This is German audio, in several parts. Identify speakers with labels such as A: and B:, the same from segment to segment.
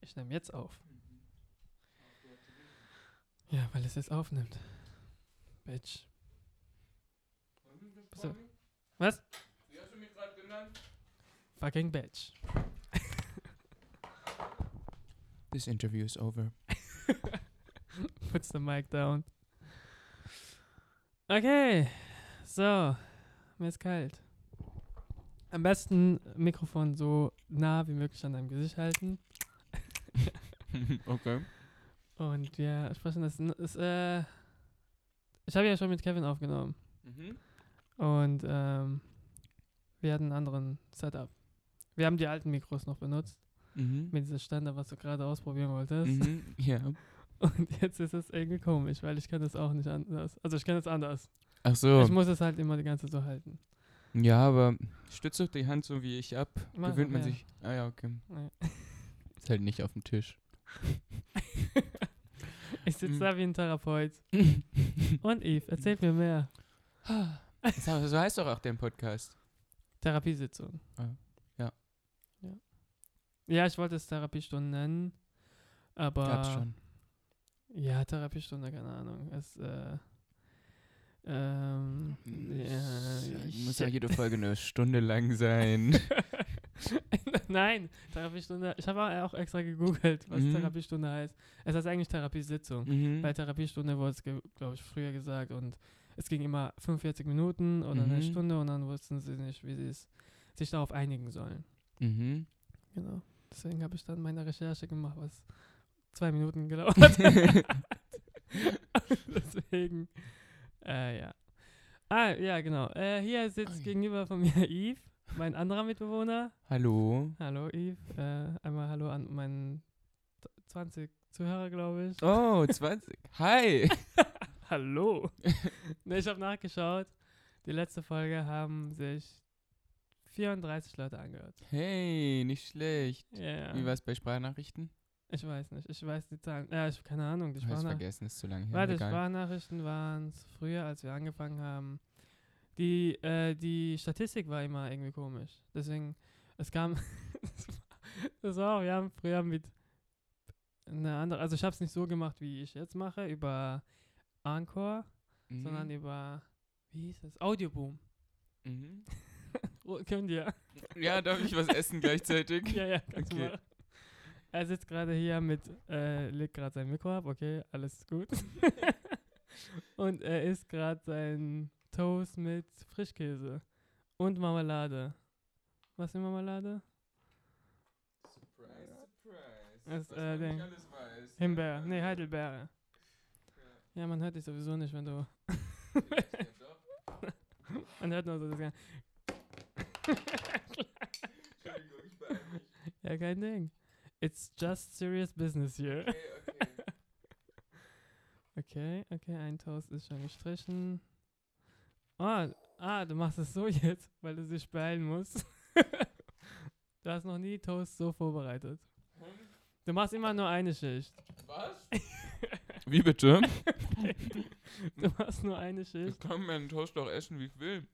A: Ich nehme jetzt auf. Ja, weil es jetzt aufnimmt. Bitch. So. Was?
B: Wie hast du mich gerade genannt?
A: Fucking Bitch.
C: This interview is over.
A: Puts the mic down. Okay. So. Mir ist kalt. Am besten Mikrofon so nah wie möglich an deinem Gesicht halten.
C: okay.
A: Und wir sprechen das. Ist, äh, ich habe ja schon mit Kevin aufgenommen.
C: Mhm.
A: Und ähm, wir hatten einen anderen Setup. Wir haben die alten Mikros noch benutzt.
C: Mhm.
A: Mit diesem Standard, was du gerade ausprobieren wolltest.
C: Mhm. Ja.
A: Und jetzt ist es irgendwie komisch, weil ich kann das auch nicht anders. Also ich kann das anders.
C: Ach so.
A: Ich muss es halt immer die ganze Zeit so halten.
C: Ja, aber stützt doch die Hand so wie ich ab.
A: Mach,
C: gewöhnt man
A: ja.
C: sich. Ah ja, okay.
A: Ja.
C: Ist halt nicht auf dem Tisch.
A: Ich sitze
C: Mm.
A: da wie ein Therapeut. Und Eve,
C: Mhm.
A: erzählt mir mehr.
C: So so heißt doch auch der Podcast.
A: Therapiesitzung.
C: Ah, ja.
A: Ja, ja ich wollte es Therapiestunden nennen. Aber.
C: Gab's schon.
A: Ja, Therapiestunde, keine Ahnung. Es, äh, ähm, ja,
C: Ich muss
A: ich-
C: Hm, ja jede Folge eine Stunde lang sein.
A: Nein, Therapiestunde. Ich habe auch extra gegoogelt, was
C: Mhm.
A: Therapiestunde heißt. Es heißt eigentlich Therapiesitzung.
C: mhm.
A: Bei Therapiestunde wurde es, glaube ich, früher gesagt und es ging immer 45 Minuten oder eine
C: Mhm.
A: Stunde und dann wussten sie nicht, wie sie es sich darauf einigen sollen.
C: Mhm.
A: Genau. Deswegen habe ich dann meine Recherche gemacht, was zwei Minuten gedauert hat. Deswegen, äh, ja. Ah, ja, genau. Äh, hier sitzt
C: Ei.
A: gegenüber von mir Yves, mein anderer Mitbewohner.
C: Hallo.
A: Hallo Yves. Äh, einmal Hallo an meinen 20 Zuhörer, glaube ich.
C: Oh, 20. Hi.
A: Hallo. ne, ich habe nachgeschaut. Die letzte Folge haben sich 34 Leute angehört.
C: Hey, nicht schlecht.
A: Ja.
C: Wie war es bei Sprachnachrichten?
A: Ich weiß nicht. Ich weiß die Zahlen. Ja, ich habe keine Ahnung. Die
C: Ich hab's
A: Sprachnach
C: vergessen, ist zu lange her.
A: Warte,
C: Egal.
A: Sprachnachrichten waren es früher, als wir angefangen haben. Die, äh, die Statistik war immer irgendwie komisch. Deswegen, es kam. es war- das war auch, wir haben früher mit einer anderen. Also, ich habe es nicht so gemacht, wie ich jetzt mache, über Encore,
C: Mhm.
A: sondern über. Wie hieß das? Audioboom.
C: Mhm.
A: Oh, könnt ihr.
C: Ja, darf ich was essen gleichzeitig?
A: ja, ja, kannst
C: Okay.
A: du machen. Er sitzt gerade hier mit, äh, legt gerade sein Mikro ab, okay, alles gut. und er isst gerade seinen Toast mit Frischkäse und Marmelade. Was für Marmelade?
C: Surprise, surprise.
A: Das, Was äh, man nicht Ding. Himbeer, nee, halt. Heidelbeere. Ja, man hört dich sowieso nicht, wenn du. man hört nur so das Ganze. ja, kein Ding. It's just serious business here. Okay, okay, ein Toast ist schon gestrichen. Ah, ah, du machst es so jetzt, weil du dich beeilen musst. du hast noch nie Toast so vorbereitet. Du machst immer nur eine Schicht.
C: Was? Wie bitte?
A: Du machst nur eine Schicht.
C: Ich kann meinen Toast doch essen, wie ich will.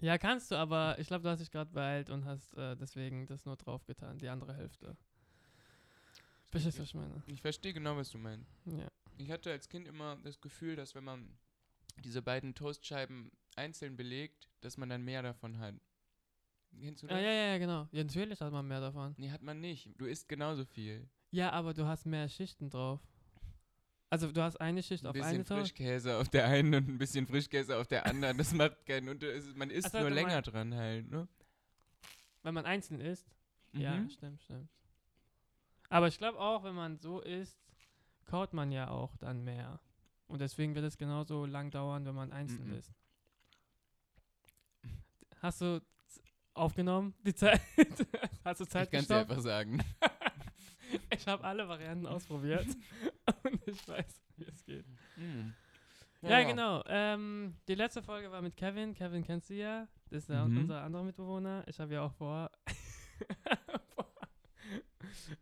A: Ja, kannst du, aber ich glaube, du hast dich gerade beeilt und hast äh, deswegen das nur draufgetan, die andere Hälfte. Verstehst du, was ich meine?
C: Ich verstehe genau, was du meinst.
A: Ja.
C: Ich hatte als Kind immer das Gefühl, dass wenn man diese beiden Toastscheiben einzeln belegt, dass man dann mehr davon hat. Kennst du das?
A: Ah, ja, ja, ja, genau. Ja, natürlich hat man mehr davon.
C: Nee, hat man nicht. Du isst genauso viel.
A: Ja, aber du hast mehr Schichten drauf. Also, du hast eine Schicht
C: Ein
A: auf eine
C: bisschen
A: Toast.
C: Frischkäse auf der einen und ein bisschen Frischkäse auf der anderen. Das macht keinen Unterschied. Man isst
A: Ach so,
C: nur
A: du
C: länger dran halt, ne?
A: Wenn man einzeln isst. Ja,
C: Mhm.
A: stimmt, stimmt. Aber ich glaube auch, wenn man so isst, kaut man ja auch dann mehr. Und deswegen wird es genauso lang dauern, wenn man einzeln
C: Mhm.
A: isst. Hast du z- aufgenommen die Zeit? Hast du Zeit
C: ich kann es dir
A: halt gestoppt?
C: einfach sagen.
A: Ich habe alle Varianten ausprobiert und ich weiß, wie es geht.
C: Mhm.
A: Ja, genau. Ähm, die letzte Folge war mit Kevin. Kevin kennst du ja. Das ist ja
C: Mhm.
A: unser anderer Mitbewohner. Ich habe ja auch vor. vor-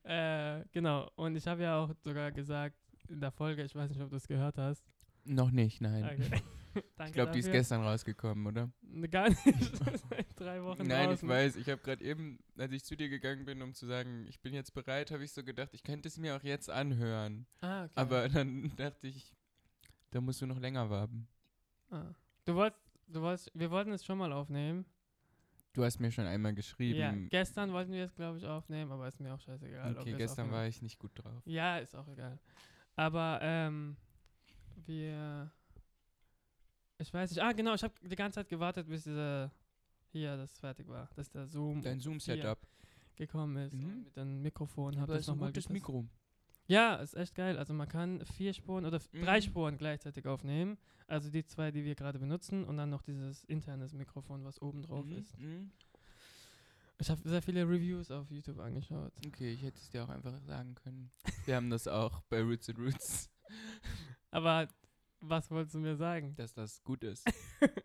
A: äh, genau. Und ich habe ja auch sogar gesagt in der Folge, ich weiß nicht, ob du es gehört hast.
C: Noch nicht, nein.
A: Okay. Danke
C: Ich glaube, die ist
A: dafür.
C: gestern rausgekommen, oder?
A: Ne, Gar nicht. Seit Drei Wochen
C: Nein, ich
A: draußen.
C: weiß. Ich habe gerade eben, als ich zu dir gegangen bin, um zu sagen, ich bin jetzt bereit, habe ich so gedacht, ich könnte es mir auch jetzt anhören.
A: Ah, okay.
C: Aber dann dachte ich, da musst du noch länger warten.
A: Ah. Du wolltest, du wolltest, wir wollten es schon mal aufnehmen.
C: Du hast mir schon einmal
A: Ja,
C: geschrieben.
A: gestern wollten wir es, glaube ich, aufnehmen, aber ist mir auch scheißegal. ob
C: okay,
A: wir es
C: gestern
A: aufnehmen.
C: war ich nicht gut drauf.
A: Ja, ist auch egal. Aber ähm, wir. Ich weiß nicht. Ah, genau, ich habe die ganze Zeit gewartet, bis dieser hier das fertig war, dass der Zoom
C: Dein Zoom-Setup.
A: gekommen ist.
C: Mhm.
A: Und mit dem Mikrofon habe
C: Aber
A: ich
C: ist ein
A: nochmal
C: gutes Mikro.
A: Ja, ist echt geil. Also man kann vier Spuren oder f- drei
C: Mhm.
A: Spuren gleichzeitig aufnehmen. Also die zwei, die wir gerade benutzen und dann noch dieses internes Mikrofon, was oben drauf
C: Mhm,
A: ist.
C: mhm.
A: Ich habe sehr viele Reviews auf YouTube angeschaut.
C: Okay, ich hätte es dir auch einfach sagen können. Wir haben das auch bei Roots and Roots,
A: Aber was wolltest du mir sagen?
C: dass das gut ist.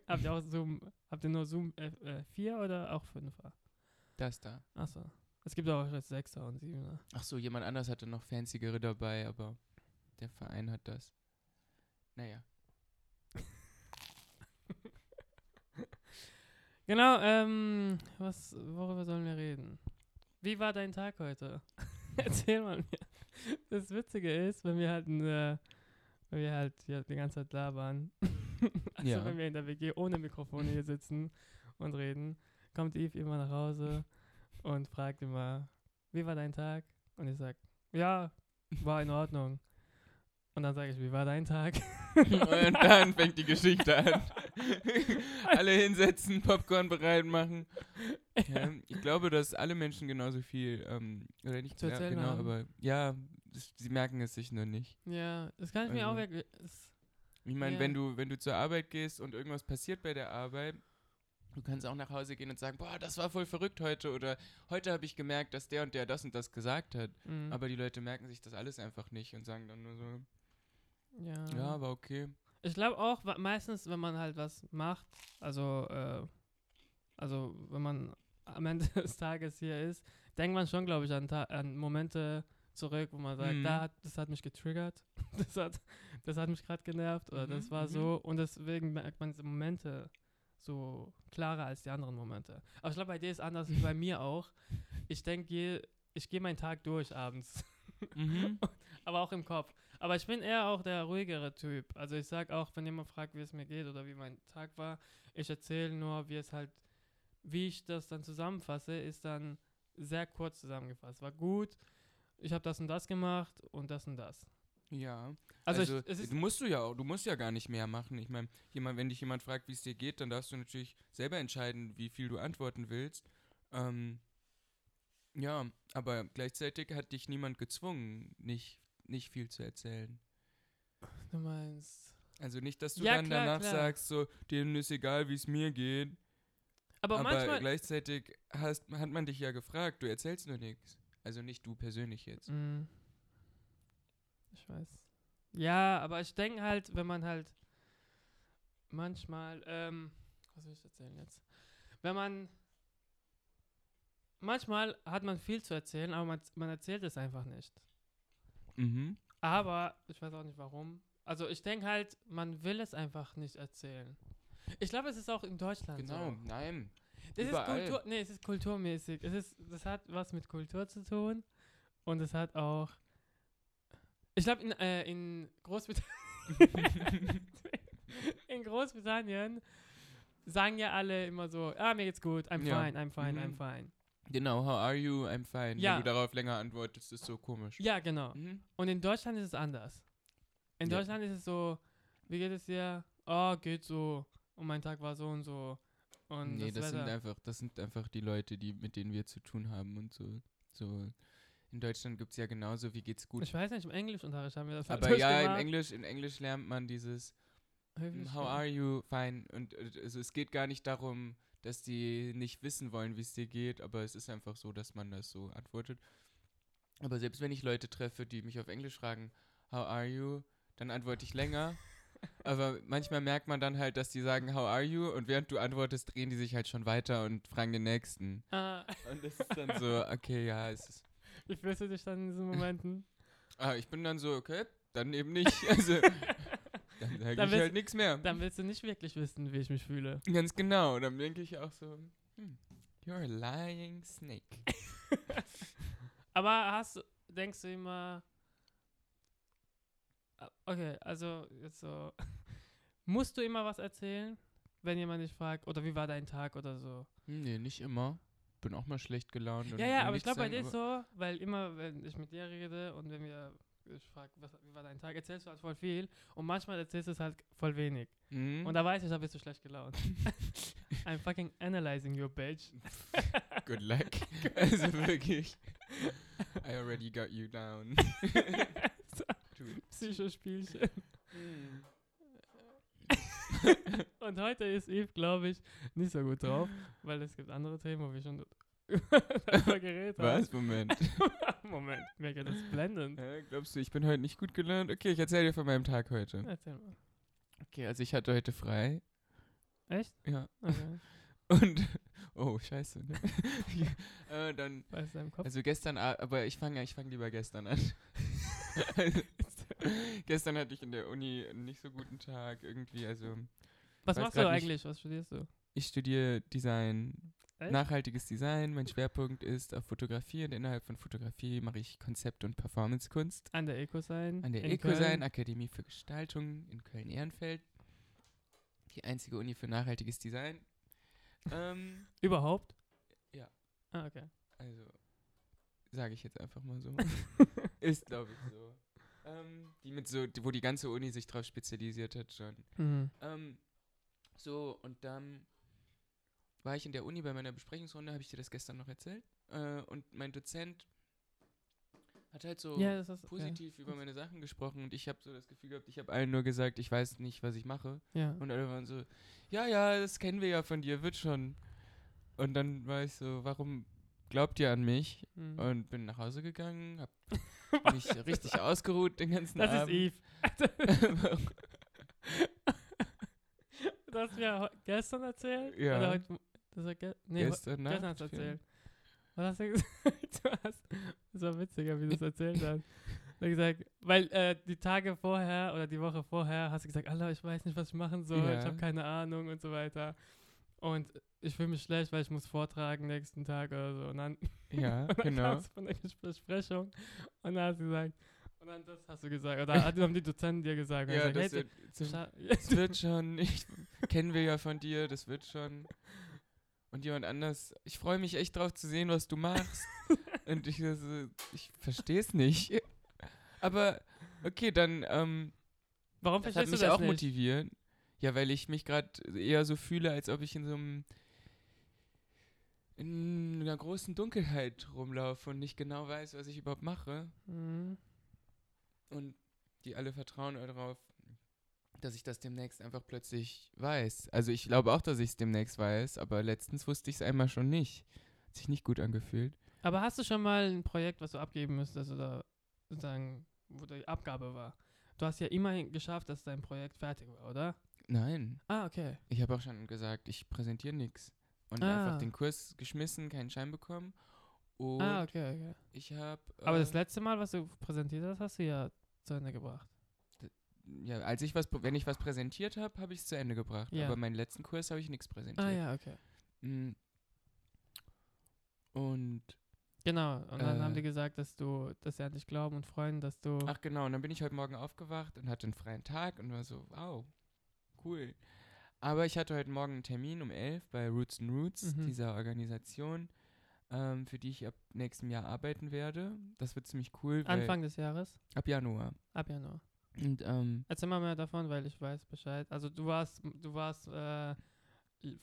A: habt ihr auch Zoom, habt ihr nur Zoom äh, äh, 4 oder auch 5er?
C: Das da.
A: Achso. Es gibt auch jetzt 6er und 7er.
C: Ach so, jemand anders hatte noch fancyere dabei, aber der Verein hat das. Naja.
A: Genau, ähm, was, worüber sollen wir reden? Wie war dein Tag heute? Erzähl mal mir. Das Witzige ist, wenn wir halt, ne, wenn wir halt hier die ganze Zeit labern, also
C: Ja.
A: wenn wir in der WG ohne Mikrofone hier sitzen und reden, kommt Eve immer nach Hause und fragt immer, wie war dein Tag? Und ich sag, ja, war in Ordnung. Und dann sage ich, wie war dein Tag?
C: Und dann fängt die Geschichte an. alle hinsetzen, Popcorn bereit machen. Ja, ich glaube, dass alle Menschen genauso viel, ähm, oder nicht
A: Zu
C: gena-
A: erzählen
C: genau,
A: haben.
C: aber ja, das, sie merken es sich nur nicht.
A: Ja, das kann ich mir auch
C: Also-
A: wirklich. es-
C: Ich meine,
A: Ja.
C: wenn du, wenn du zur Arbeit gehst und irgendwas passiert bei der Arbeit, du kannst auch nach Hause gehen und sagen, boah, das war voll verrückt heute oder heute habe ich gemerkt, dass der und der das und das gesagt hat.
A: mm,
C: Aber die Leute merken sich das alles einfach nicht und sagen dann nur so,
A: Mhm. ja.
C: ja, war okay.
A: Ich glaube auch, wa- meistens, wenn man halt was macht, also, äh, also wenn man am Ende des Tages hier ist, denkt man schon, glaube ich, an, Ta an Momente zurück, wo man sagt,
C: Mhm.
A: da hat, das hat mich getriggert, das hat, das hat mich gerade genervt oder das
C: Mhm,
A: war
C: mhm.
A: so. Und deswegen merkt man diese Momente so klarer als die anderen Momente. Aber ich glaube, bei dir ist anders wie bei mir auch. Ich denke, ich gehe meinen Tag durch abends.
C: Mhm.
A: Aber auch im Kopf. Aber ich bin eher auch der ruhigere Typ. Also ich sag auch, wenn jemand fragt, wie es mir geht oder wie mein Tag war, ich erzähle nur, wie es halt, wie ich das dann zusammenfasse, ist dann sehr kurz zusammengefasst. War gut, ich habe das und das gemacht und das und das.
C: Ja.
A: Also,
C: Also,
A: ich, es ist,
C: du musst du ja auch, du musst ja gar nicht mehr machen. Ich meine, jemand, wenn dich jemand fragt, wie es dir geht, dann darfst du natürlich selber entscheiden, wie viel du antworten willst. Ähm, ja, aber gleichzeitig hat dich niemand gezwungen, nicht, nicht viel zu erzählen.
A: du meinst.
C: Also nicht, dass du
A: Ja,
C: dann
A: klar,
C: danach
A: klar.
C: sagst, so, dem ist egal, wie es mir geht.
A: Aber,
C: Aber,
A: manchmal.
C: gleichzeitig hast, hat man dich ja gefragt, du erzählst nur nichts. Also nicht du persönlich jetzt.
A: Mm. Ich weiß. Ja, aber ich denke halt, wenn man halt manchmal, ähm, was soll ich erzählen jetzt? Wenn man, manchmal hat man viel zu erzählen, aber man, man erzählt es einfach nicht.
C: Mhm.
A: Aber ich weiß auch nicht warum. Also ich denke halt, man will es einfach nicht erzählen. Ich glaube, es ist auch in Deutschland
C: Genau,
A: so.
C: nein.
A: Das ist
C: Überall.
A: Kultur, nee, es ist kulturmäßig. Es ist, das hat was mit Kultur zu tun und es hat auch. Ich glaube in, äh, in Großbritannien. in Großbritannien sagen ja alle immer so, ah mir geht's gut, I'm
C: Ja.
A: fine, I'm fine, I'm
C: Mhm.
A: fine.
C: Genau, how are you? I'm fine.
A: Ja.
C: Wenn du darauf länger antwortest, ist so komisch.
A: Ja, genau.
C: Mhm.
A: Und in Deutschland ist es anders. In
C: Ja.
A: Deutschland ist es so, wie geht es dir? Oh, geht so. Und mein Tag war so und so. Und
C: nee, das,
A: das,
C: sind
A: Wetter.
C: einfach, das sind einfach die Leute, die, mit denen wir zu tun haben und so. so. In Deutschland gibt es ja genauso, wie geht's gut.
A: Ich weiß nicht, im Englischunterricht haben wir das
C: Aber
A: natürlich
C: ja, in
A: gemacht.
C: Englisch, in Englisch lernt man dieses
A: Höflich
C: Hm, How
A: gemacht.
C: are you? Fine. Und äh, also es geht gar nicht darum, dass die nicht wissen wollen, wie es dir geht, aber es ist einfach so, dass man das so antwortet. Aber selbst wenn ich Leute treffe, die mich auf Englisch fragen, How are you? Dann antworte ich länger. aber manchmal merkt man dann halt, dass die sagen, How are you? Und während du antwortest, drehen die sich halt schon weiter und fragen den Nächsten.
A: Ah,
C: Und das ist dann so, okay, ja, es ist.
A: Wie fühlst du dich dann in diesen Momenten?
C: Ah, ich bin dann so, okay, dann eben nicht. Also, dann,
A: Dann
C: Dann krieg ich
A: willst-
C: halt nichts mehr.
A: Dann willst du nicht wirklich wissen, wie ich mich fühle.
C: Ganz genau. Dann denke ich auch so, hm, you're a lying snake.
A: Aber hast du- denkst du immer. Ah, Okay, also jetzt so. Musst du immer was erzählen, wenn jemand dich fragt, oder wie war dein Tag oder so?
C: Hm, Nee, nicht immer. Bin auch mal schlecht gelaunt. und
A: Ja,
C: will
A: ja, aber ich
C: nichts
A: glaube bei
C: sagen,
A: dir ist
C: aber-
A: so, weil immer, wenn ich mit dir rede und wenn wir ich frage, wie war dein Tag, erzählst du halt voll viel und manchmal erzählst du es halt voll wenig.
C: Mhm.
A: Und da weiß ich, da bist du schlecht gelaunt. I'm fucking analyzing your bitch.
C: Good luck. also wirklich. I already got you down.
A: Psychospielchen. Und heute ist Eve, glaube ich, nicht so gut drauf, weil es gibt andere Themen, wo wir schon darüber geredet haben.
C: Was? Moment.
A: Moment, mir geht das blendend.
C: Hä, glaubst du, ich bin heute nicht gut gelaunt? Okay, ich erzähle dir von meinem Tag heute.
A: Erzähl mal.
C: Okay, also ich hatte heute frei.
A: Echt?
C: Ja.
A: Okay.
C: Und, oh, scheiße. Ne? äh, dann,
A: War es in deinem Kopf?
C: also gestern, a- aber ich fange ich fang lieber gestern an. also, gestern hatte ich in der Uni einen nicht so guten Tag irgendwie. Also
A: Was
C: weiß
A: machst du
C: grad nicht.
A: eigentlich? Was studierst du?
C: ich studiere Design,
A: Echt?
C: nachhaltiges Design. Mein Schwerpunkt ist auf Fotografie und innerhalb von Fotografie mache ich Konzept- und Performancekunst.
A: An der Eco sein.
C: An der
A: in
C: Ecosign
A: Köln.
C: Akademie für Gestaltung in Köln-Ehrenfeld. Die einzige Uni für nachhaltiges Design. ähm,
A: Überhaupt?
C: Ja.
A: Ah, okay.
C: also, sage ich jetzt einfach mal so. Ist, glaube ich, so. Ähm, die mit so, die, wo die ganze Uni sich drauf spezialisiert hat schon.
A: Mhm.
C: Ähm, so, und dann war ich in der Uni bei meiner Besprechungsrunde, habe ich dir das gestern noch erzählt. Äh, und mein Dozent hat halt so
A: Ja, das ist okay.
C: positiv über meine Sachen gesprochen und ich habe so das Gefühl gehabt, ich habe allen nur gesagt, ich weiß nicht, was ich mache.
A: Ja.
C: Und alle waren so, ja, ja, das kennen wir ja von dir, wird schon. Und dann war ich so, warum glaubt ihr an mich?
A: Mhm.
C: Und bin nach Hause gegangen, hab äh, mich richtig Ähm, ausgeruht den ganzen
A: Das ist eh
C: Abend.
A: Eve.
C: Eve.
A: Das hast du mir heu- gestern erzählt?
C: Ja.
A: Oder heute, das war ge nee, heu-
C: Gestern Nacht.
A: gestern hast du
C: ja.
A: erzählt. Was hast du gesagt? Du hast, das war witziger, wie du es erzählt hast. Du hast gesagt, weil äh, die Tage vorher oder die Woche vorher hast du gesagt, Alter, ich weiß nicht, was ich machen soll, ich
C: Ja.
A: habe keine Ahnung und so weiter. Und ich fühle mich schlecht, weil ich muss vortragen nächsten Tag oder so. Und dann,
C: Ja,
A: und dann
C: genau.
A: kamst du von der Ges- Besprechung und dann hast du gesagt, und dann das hast du gesagt. Oder hat- haben die Dozenten dir gesagt. Und
C: Ja,
A: dann
C: das
A: gesagt,
C: wird,
A: hey,
C: das
A: scha- ja,
C: das wird schon. Ich, kennen wir ja von dir, das wird schon. Und jemand anders. Ich freue mich echt drauf zu sehen, was du machst. Und ich, also, ich verstehe es nicht. Aber okay, dann. Ähm,
A: Warum
C: das
A: verstehst
C: hat
A: du
C: mich
A: das
C: auch
A: nicht?
C: motiviert. Ja, weil ich mich gerade eher so fühle, als ob ich in so einem. in einer großen Dunkelheit rumlaufe und nicht genau weiß, was ich überhaupt mache.
A: Mhm.
C: Und die alle vertrauen halt darauf, dass ich das demnächst einfach plötzlich weiß. Also ich glaube auch, dass ich es demnächst weiß, aber letztens wusste ich es einmal schon nicht. Hat sich nicht gut angefühlt.
A: Aber hast du schon mal ein Projekt, was du abgeben müsstest oder sozusagen, wo die Abgabe war? Du hast ja immerhin geschafft, dass dein Projekt fertig war, oder?
C: Nein,
A: Ah, okay.
C: ich habe auch schon gesagt, ich präsentiere nichts. Und
A: Ah.
C: einfach den Kurs geschmissen, keinen Schein bekommen. Und
A: ah, okay, okay.
C: ich habe... ähm,
A: Aber das letzte Mal, was du präsentiert hast, hast du ja zu Ende gebracht.
C: ja, als ich was, wenn ich was präsentiert habe, habe ich es zu Ende gebracht.
A: Ja.
C: Aber meinen letzten Kurs habe ich nichts präsentiert.
A: Ah, ja, okay.
C: Mm. Und
A: Genau. Und dann haben
C: Äh.
A: die gesagt, dass du, dass sie an dich glauben und freuen, dass du.
C: Ach genau, und dann bin ich heute Morgen aufgewacht und hatte einen freien Tag und war so, wow, cool. Aber ich hatte heute Morgen einen Termin um 11 bei Roots and Roots,
A: Mhm.
C: dieser Organisation, ähm, für die ich ab nächstem Jahr arbeiten werde. Das wird ziemlich cool. weil-
A: Anfang des Jahres.
C: Ab Januar.
A: Ab Januar.
C: Und ähm,
A: Erzähl mal mehr davon, weil ich weiß Bescheid. Also du warst, du warst äh,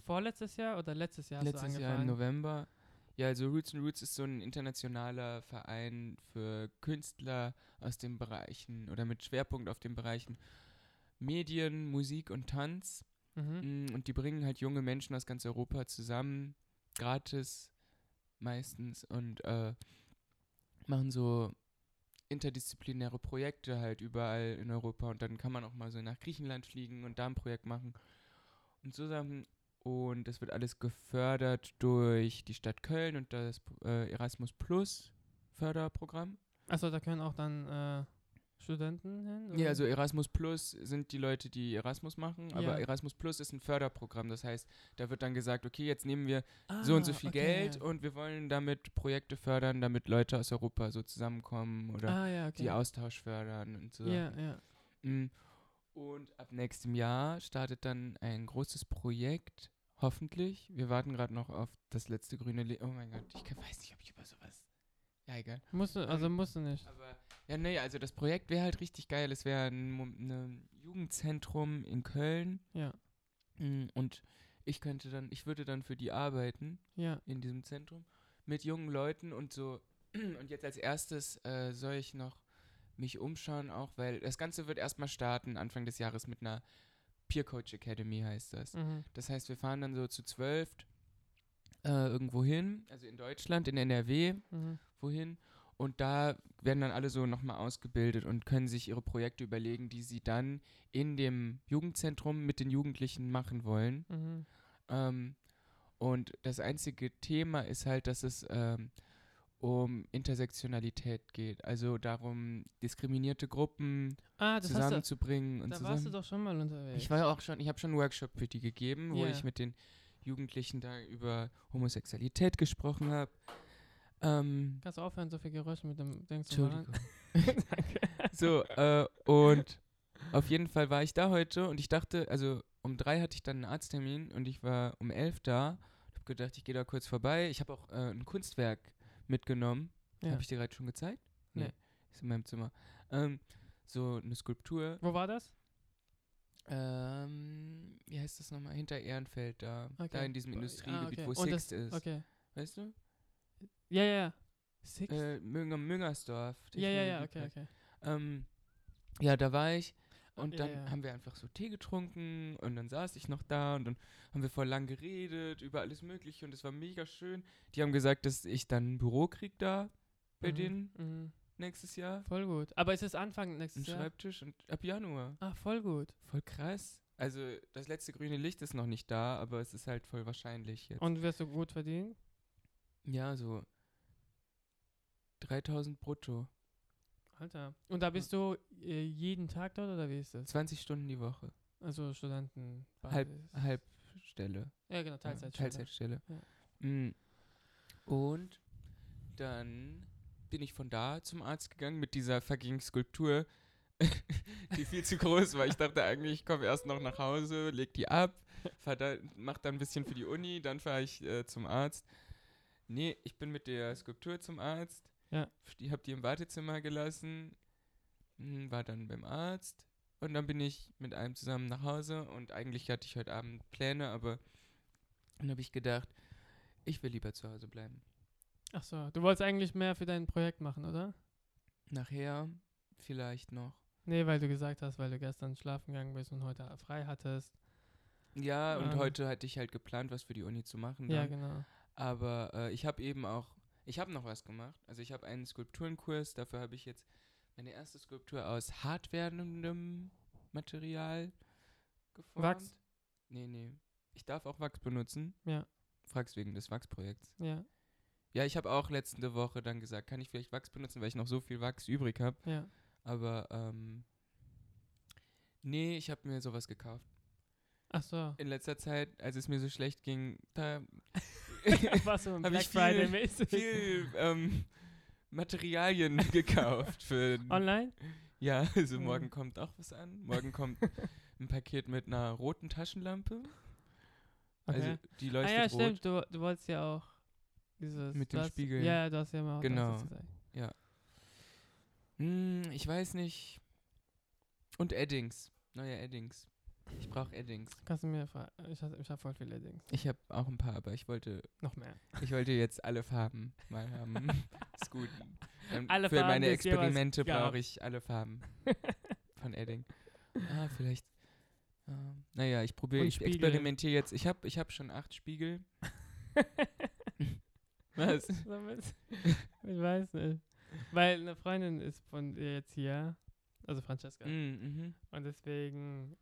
A: vorletztes Jahr oder letztes Jahr hast du
C: letztes
A: angefangen?
C: Jahr im November. Ja, also Roots and Roots ist so ein internationaler Verein für Künstler aus den Bereichen oder mit Schwerpunkt auf den Bereichen Medien, Musik und Tanz.
A: Mhm.
C: Mm, Und die bringen halt junge Menschen aus ganz Europa zusammen, gratis meistens, und äh, machen so interdisziplinäre Projekte halt überall in Europa. Und dann kann man auch mal so nach Griechenland fliegen und da ein Projekt machen und so Sachen. Und das wird alles gefördert durch die Stadt Köln und das äh, Erasmus Plus Förderprogramm.
A: Achso, da können auch dann äh, Studenten hin?
C: Ja,
A: oder?
C: also Erasmus Plus sind die Leute, die Erasmus machen, aber
A: Ja.
C: Erasmus Plus ist ein Förderprogramm. Das heißt, da wird dann gesagt, okay, jetzt nehmen wir also so und so
A: Ah,
C: viel
A: okay.
C: Geld und wir wollen damit Projekte fördern, damit Leute aus Europa so zusammenkommen oder
A: ah, ja, okay.
C: die Austausch fördern und so.
A: Ja, ja.
C: Mm. Und ab nächstem Jahr startet dann ein großes Projekt, hoffentlich. Wir warten gerade noch auf das letzte grüne Licht. Oh mein Gott, ich kann, weiß nicht, ob ich über sowas. Ja, egal.
A: Musst du, also musst du nicht.
C: Aber ja, nee, also das Projekt wäre halt richtig geil. Es wäre ein, Mo- ne Jugendzentrum in Köln.
A: Ja,
C: Mm, Und ich könnte dann, ich würde dann für die arbeiten
A: ja.
C: in diesem Zentrum mit jungen Leuten und so. Und jetzt als erstes äh, soll ich noch mich umschauen, auch weil das Ganze wird erstmal starten, Anfang des Jahres mit einer Peer Coach Academy heißt das.
A: Mhm.
C: Das heißt, wir fahren dann so zu zwölf äh, irgendwo hin, also in Deutschland, in NRW,
A: Mhm.
C: wohin. Und da werden dann alle so nochmal ausgebildet und können sich ihre Projekte überlegen, die sie dann in dem Jugendzentrum mit den Jugendlichen machen wollen.
A: Mhm.
C: Ähm, und das einzige Thema ist halt, dass es ähm, um Intersektionalität geht. Also darum, diskriminierte Gruppen
A: Ah, das hast du.
C: zusammenzubringen und
A: Da
C: zusammen.
A: warst du doch schon mal unterwegs.
C: ich war ja auch schon, ich habe schon einen Workshop für die gegeben, wo
A: Ja.
C: ich mit den Jugendlichen da über Homosexualität gesprochen habe. Ähm,
A: Kannst du aufhören, so viel Geräusche mit dem Ding zu machen?
C: Entschuldigung. so, äh, und auf jeden Fall war ich da heute und ich dachte, also um drei hatte ich dann einen Arzttermin und ich war um elf da. Ich habe gedacht, ich gehe da kurz vorbei. Ich habe auch äh, ein Kunstwerk mitgenommen.
A: Ja.
C: Habe ich dir gerade schon gezeigt?
A: Nee.
C: Ist in meinem Zimmer. Ähm, so eine Skulptur.
A: Wo war das?
C: Ähm, wie heißt das nochmal? Hinter Ehrenfeld da. Da
A: Okay.
C: in diesem
A: Ah,
C: Industriegebiet,
A: okay.
C: wo
A: Und das-
C: Sixt ist.
A: Okay.
C: Weißt du?
A: Ja, ja, ja. Six?
C: Äh, Münger, Müngersdorf.
A: ja, ja, ja, okay,
C: Technologiepark.
A: okay.
C: Ähm, ja, da war ich. Und
A: Ja,
C: dann
A: ja.
C: haben wir einfach so Tee getrunken und dann saß ich noch da und dann haben wir voll lang geredet über alles Mögliche und es war mega schön. Die haben gesagt, dass ich dann ein Büro krieg da bei
A: Mhm,
C: denen
A: Mhm.
C: nächstes Jahr.
A: Voll gut. Aber es ist Anfang
C: Ein
A: nächstes Jahr.
C: Schreibtisch und ab Januar.
A: Ah, voll gut.
C: Voll krass. Also das letzte grüne Licht ist noch nicht da, aber es ist halt voll wahrscheinlich jetzt.
A: Und wirst du gut verdienen?
C: ja, so 3000 brutto.
A: Alter. Und da bist du äh, jeden Tag dort oder wie ist das?
C: 20 Stunden die Woche.
A: Also Studenten.
C: Halb, Halbstelle.
A: Ja, genau,
C: Ja,
A: Teilzeit.
C: Teilzeitstelle.
A: Ja.
C: Mm. Und dann bin ich von da zum Arzt gegangen mit dieser fucking Skulptur, die viel zu groß war. Ich dachte eigentlich, ich komme erst noch nach Hause, leg die ab, fahr da, mach dann ein bisschen für die Uni, dann fahre ich äh, zum Arzt. Nee, ich bin mit der Skulptur zum Arzt.
A: Ja.
C: Die hab die im Wartezimmer gelassen, mm, war dann beim Arzt und dann bin ich mit einem zusammen nach Hause und eigentlich hatte ich heute Abend Pläne, aber dann habe ich gedacht, ich will lieber zu Hause bleiben.
A: Ach so, du wolltest eigentlich mehr für dein Projekt machen, oder?
C: Nachher vielleicht noch.
A: Nee, weil du gesagt hast, weil du gestern schlafen gegangen bist und heute frei hattest.
C: Ja, und
A: Ähm.
C: heute hatte ich halt geplant, was für die Uni zu machen.
A: Ja,
C: dann.
A: genau.
C: Aber äh, ich habe eben auch, ich habe noch was gemacht. Also ich habe einen Skulpturenkurs, dafür habe ich jetzt meine erste Skulptur aus hart werdendem Material geformt.
A: Wachs?
C: Nee, nee. Ich darf auch Wachs benutzen.
A: Ja.
C: Fragst wegen des Wachsprojekts.
A: Ja,
C: Ja, ich habe auch letzte Woche dann gesagt, kann ich vielleicht Wachs benutzen, weil ich noch so viel Wachs übrig habe.
A: ja.
C: Aber, ähm, nee, ich habe mir sowas gekauft.
A: Ach so.
C: In letzter Zeit, als es mir so schlecht ging, da
A: Was so ein
C: Hab
A: Black
C: ich viel-
A: Friday mäßig.
C: viel ähm, Materialien gekauft. Für,
A: Online?
C: ja, also
A: Mhm.
C: morgen kommt auch was an. Morgen kommt ein Paket mit einer roten Taschenlampe. Also
A: Okay.
C: die
A: ah
C: leuchtet
A: ja,
C: rot.
A: stimmt. Du, du wolltest ja auch dieses.
C: Mit dem
A: du hast-
C: Spiegel.
A: Ja, du hast ja mal auch das
C: Genau.
A: gesagt.
C: Hm, ich weiß nicht. Und Eddings. Neue Eddings. Ich brauche Eddings.
A: Kannst du mir fragen? Ich habe ich hab voll viele Dings.
C: Ich habe auch ein paar, aber ich wollte
A: Noch mehr.
C: Ich wollte jetzt alle Farben mal haben. ist gut. Ähm,
A: Alle
C: Für
A: Farben,
C: meine
A: die es jeweils
C: Experimente
A: gab.
C: brauche ich alle Farben von Edding. Ah, vielleicht. ähm, naja, ich probiere,
A: Und
C: ich
A: Spiegel.
C: experimentiere jetzt. Ich habe ich hab schon acht Spiegel. Was?
A: Damit- ich weiß nicht. Weil eine Freundin ist von ihr jetzt hier, also Francesca.
C: Mm, mhm.
A: Und deswegen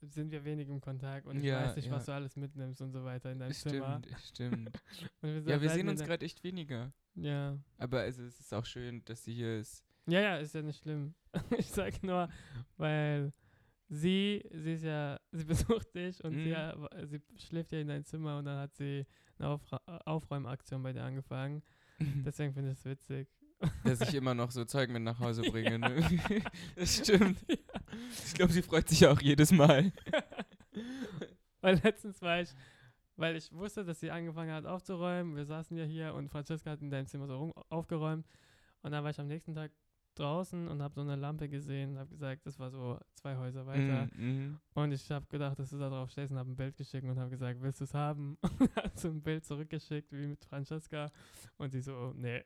A: sind wir wenig im Kontakt und ich
C: Ja,
A: weiß nicht, was du
C: ja.
A: alles mitnimmst und so weiter in deinem Zimmer.
C: Stimmt, stimmt.
A: Und
C: ja, wir
A: sollten
C: sehen uns
A: in
C: gerade echt weniger.
A: der- Ja,
C: Aber also, es ist auch schön, dass sie hier ist.
A: Ja, ja, ist ja nicht schlimm. ich sag nur, weil sie, sie ist ja, sie besucht dich und sie,
C: Mhm.
A: ha- sie schläft ja in dein Zimmer und dann hat sie eine Aufra Aufräumaktion bei dir angefangen.
C: Mhm.
A: Deswegen finde ich es witzig.
C: Dass ich immer noch so Zeug mit nach Hause bringe. Ne? das stimmt. Ich glaube, sie freut sich auch jedes Mal.
A: Weil letztens war ich, weil ich wusste, dass sie angefangen hat aufzuräumen. Wir saßen ja hier und Franziska hat in deinem Zimmer so rum aufgeräumt. Und dann war ich am nächsten Tag draußen und habe so eine Lampe gesehen und habe gesagt, das war so zwei Häuser weiter.
C: Mhm,
A: Und ich habe gedacht, dass du da drauf stehst und habe ein Bild geschickt und habe gesagt, willst du es haben? Und hat so ein Bild zurückgeschickt, wie mit Francesca. Und sie so, oh, nee.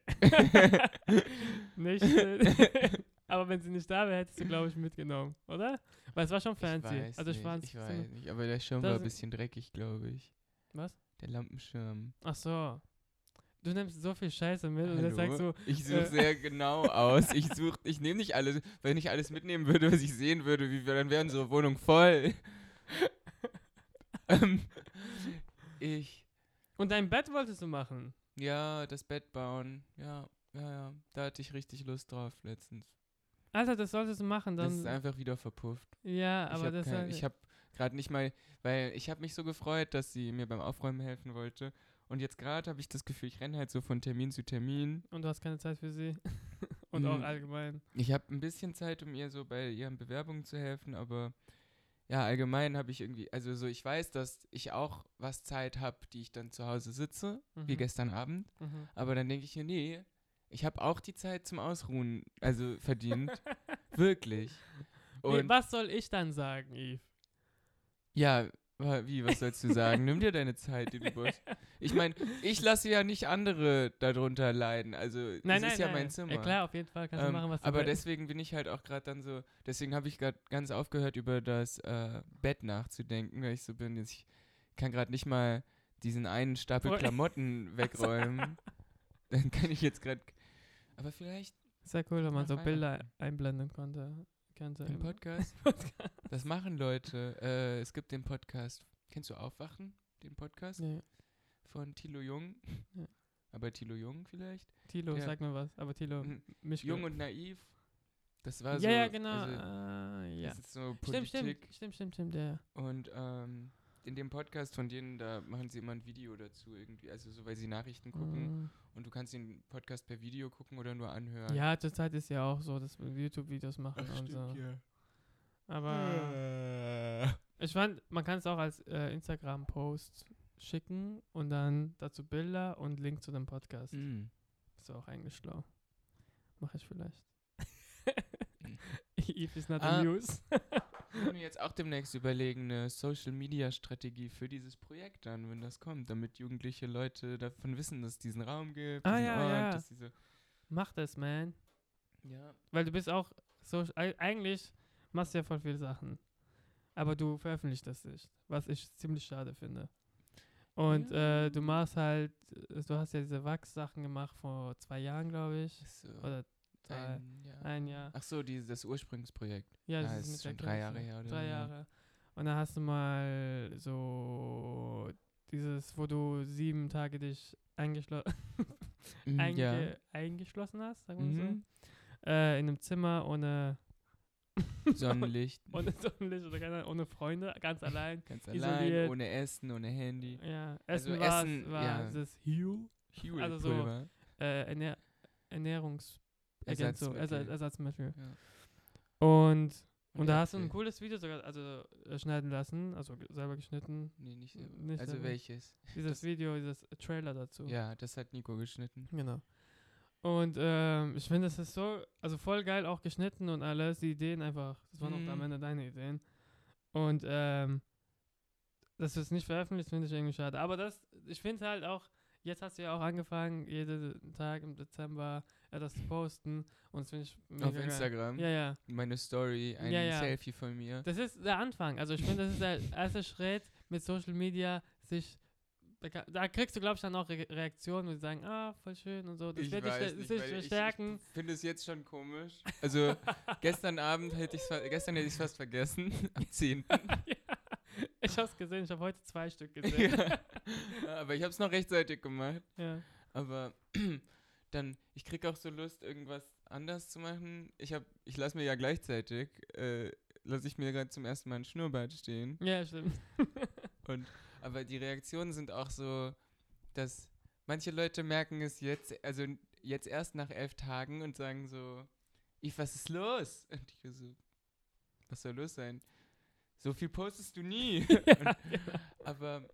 A: nicht. äh, aber wenn sie nicht da wäre, hättest du, glaube ich, mitgenommen, oder? Weil es war schon
C: mhm.
A: fancy.
C: weiß
A: also ich
C: nicht,
A: fand's
C: ich
A: ziemlich-
C: weiß nicht, aber der Schirm
A: Da
C: war ein
A: sind-
C: bisschen dreckig, glaube ich.
A: Was?
C: Der Lampenschirm.
A: Ach so. Du nimmst so viel Scheiße mit und dann Also sagst du,
C: Hallo? ich suche
A: äh,
C: sehr genau aus. Ich suche, ich nehme nicht alles. Wenn ich alles mitnehmen würde, was ich sehen würde, wie, wir- dann wäre unsere Wohnung voll. ähm, ich
A: und dein Bett wolltest du machen.
C: Ja, das Bett bauen. Ja, ja, ja. Da hatte ich richtig Lust drauf letztens.
A: Alter, das solltest du machen.
C: das
A: Dann,
C: ist einfach wieder verpufft.
A: ja, aber
C: ich habe
A: das
C: kein,
A: halt,
C: ich hab gerade nicht mal, weil ich habe mich so gefreut, dass sie mir beim Aufräumen helfen wollte. Und jetzt gerade habe ich das Gefühl, ich renne halt so von Termin zu Termin.
A: Und du hast keine Zeit für sie. und auch
C: Mm.
A: allgemein.
C: Ich habe ein bisschen Zeit, um ihr so bei ihren Bewerbungen zu helfen, aber ja, allgemein habe ich irgendwie, also so, ich weiß, dass ich auch was Zeit habe, die ich dann zu Hause sitze, wie
A: Mhm.
C: gestern Abend.
A: Mhm.
C: Aber dann denke ich mir, nee, ich habe auch die Zeit zum Ausruhen, also verdient. Wirklich.
A: Wie,
C: Und
A: was soll ich dann sagen, Eve?
C: ja, wa- wie, was sollst du sagen? Nimm dir deine Zeit, die du brauchst. Ich meine, ich lasse ja nicht andere darunter leiden. Also,
A: Nein,
C: das
A: nein,
C: ist ja
A: nein.
C: mein Zimmer.
A: Ja klar, auf jeden Fall kannst du
C: Ähm,
A: machen, was du
C: aber
A: willst.
C: deswegen bin ich halt auch gerade dann so, deswegen habe ich gerade ganz aufgehört, über das äh, Bett nachzudenken, weil ich so bin, dass ich kann gerade nicht mal diesen einen Stapel
A: Voll.
C: Klamotten wegräumen. dann kann ich jetzt gerade. Aber vielleicht
A: Ist ja cool, wenn man so
C: nach
A: Bilder einblenden konnte. Könnte.
C: im Podcast. Das machen Leute. Äh, es gibt den Podcast. Kennst du Aufwachen? Den Podcast
A: Nee.
C: von Thilo Jung.
A: Ja.
C: Aber Thilo Jung vielleicht.
A: Tilo,
C: Ja.
A: sag mir was. Aber Tilo,
C: Mhm.
A: mich
C: Jung und naiv. Das
A: Ja,
C: war so.
A: ja, genau.
C: also,
A: ah, ja.
C: Das ist so
A: Stimmt,
C: Politik.
A: stimmt, stimmt, stimmt, stimmt, ja.
C: Und ähm, in dem Podcast von denen, da machen sie immer ein Video dazu irgendwie. Also so, weil sie Nachrichten gucken.
A: Mm.
C: Und du kannst den Podcast per Video gucken oder nur anhören.
A: Ja, zurzeit ist ja auch so, dass wir YouTube-Videos machen
C: Ach,
A: und
C: stimmt,
A: so.
C: ja.
A: Aber
C: Äh.
A: ich fand, man kann es auch als äh, Instagram-Post schicken und dann dazu Bilder und Link zu dem Podcast.
C: Mm.
A: Ist auch eigentlich schlau. Mache ich vielleicht. Eve is not
C: Ah.
A: amused.
C: Ich würde mir jetzt auch demnächst überlegen, eine Social-Media-Strategie für dieses Projekt dann, wenn das kommt, damit jugendliche Leute davon wissen, dass es diesen Raum gibt,
A: Ah,
C: diesen
A: ja,
C: Ort,
A: ja.
C: dass diese...
A: Mach das, man.
C: Ja.
A: Weil du bist auch so, ei- eigentlich machst du ja voll viele Sachen. Aber du veröffentlichst das nicht, was ich ziemlich schade finde. Und äh, du machst halt, äh, du hast ja diese Wachs-Sachen gemacht vor zwei Jahren, glaube ich.
C: So,
A: Oder drei,
C: ein Jahr.
A: ein Jahr.
C: Ach so, dieses, das Ursprungsprojekt.
A: Ja, das
C: Ja,
A: ist,
C: Ah, ist
A: mit der
C: schon drei Jahre
A: Kirche.
C: her oder
A: Drei
C: so, ja.
A: Jahre. Und dann hast du mal so dieses, wo du sieben Tage dich eingeschlo
C: Mhm,
A: einge
C: ja.
A: eingeschlossen hast, sagen wir
C: Mhm.
A: so. Äh, in einem Zimmer ohne
C: Sonnenlicht,
A: ohne Sonnenlicht oder keine, Ahnung, ohne Freunde, ganz allein.
C: ganz
A: isoliert.
C: allein, ohne Essen, ohne Handy.
A: Ja,
C: Also
A: Essen war,
C: Essen,
A: war
C: ja.
A: das Heal, Also so
C: Pulver.
A: äh, Ernähr Ernährungsergänzung, Ersatzmittel.
C: Ersatzmittel.
A: Ersatzmittel.
C: Ja.
A: Und, und, da hast du ein
C: Äpfel.
A: cooles Video sogar also, äh, schneiden lassen, also ge- selber geschnitten.
C: Nee, nicht selber.
A: Nicht
C: also
A: selber.
C: welches?
A: Dieses
C: Das-
A: Video, dieses Trailer dazu.
C: Ja, das hat Nico geschnitten.
A: Genau. Und ähm, ich finde, das ist so, also voll geil auch geschnitten und alles. Die Ideen einfach, das waren auch am
C: Mhm.
A: Ende deine Ideen. Und ähm, dass du es nicht veröffentlicht, finde ich irgendwie schade. Aber das, ich finde halt auch, jetzt hast du ja auch angefangen, jeden Tag im Dezember äh, das zu posten. Und das finde ich mega
C: Auf
A: geil.
C: Instagram.
A: Ja, ja.
C: Meine Story, ein
A: Ja, ja.
C: Selfie von mir.
A: Das ist der Anfang. Also ich finde, das ist der erste Schritt mit Social Media, sich da, ka- da kriegst du, glaube ich, dann auch Re Reaktionen, wo sie sagen, ah, voll schön und so. Das
C: Ich
A: wird dich
C: weiß
A: stär-
C: nicht,
A: sich
C: weil ich- ich-
A: stärken.
C: finde es jetzt schon komisch. Also gestern Abend hätte ich gestern hätte ich es fast vergessen. Am 10.
A: ja. Ich hab's gesehen, ich habe heute zwei Stück gesehen.
C: ja. Aber ich habe es noch rechtzeitig gemacht.
A: ja.
C: Aber dann, ich krieg auch so Lust, irgendwas anders zu machen. Ich habe, ich lasse mir ja gleichzeitig, äh, lasse ich mir gerade zum ersten Mal ein Schnurrbart stehen.
A: Ja, stimmt.
C: Und, aber die Reaktionen sind auch so, dass manche Leute merken es jetzt, also n- jetzt erst nach elf Tagen und sagen so, ich, was ist los? Und ich so, was soll los sein? So viel postest du nie. und, aber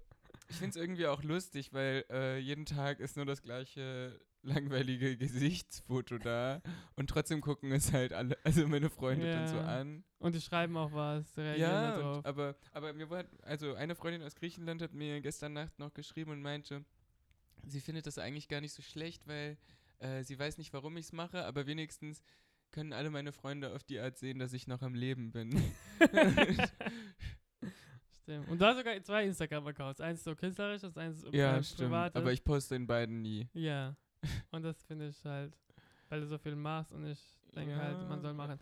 C: ich finde es irgendwie auch lustig, weil äh, jeden Tag ist nur das gleiche langweilige Gesichtsfoto da und trotzdem gucken es halt alle, also meine Freunde dann so
A: Ja.
C: an.
A: Und die schreiben auch was, die reagieren
C: Ja,
A: da
C: und-
A: drauf.
C: aber, aber mir wurde, also eine Freundin aus Griechenland hat mir gestern Nacht noch geschrieben und meinte, sie findet das eigentlich gar nicht so schlecht, weil äh, sie weiß nicht, warum ich es mache, aber wenigstens können alle meine Freunde auf die Art sehen, dass ich noch am Leben bin.
A: Stimmt. Und du hast sogar zwei Instagram-Accounts. Eins so künstlerisch und eins so
C: ja,
A: pri-
C: stimmt.
A: privates.
C: Aber ich poste in beiden nie.
A: ja. Und das finde ich halt, weil du so viel machst und ich denke halt, man soll
C: Ja.
A: machen.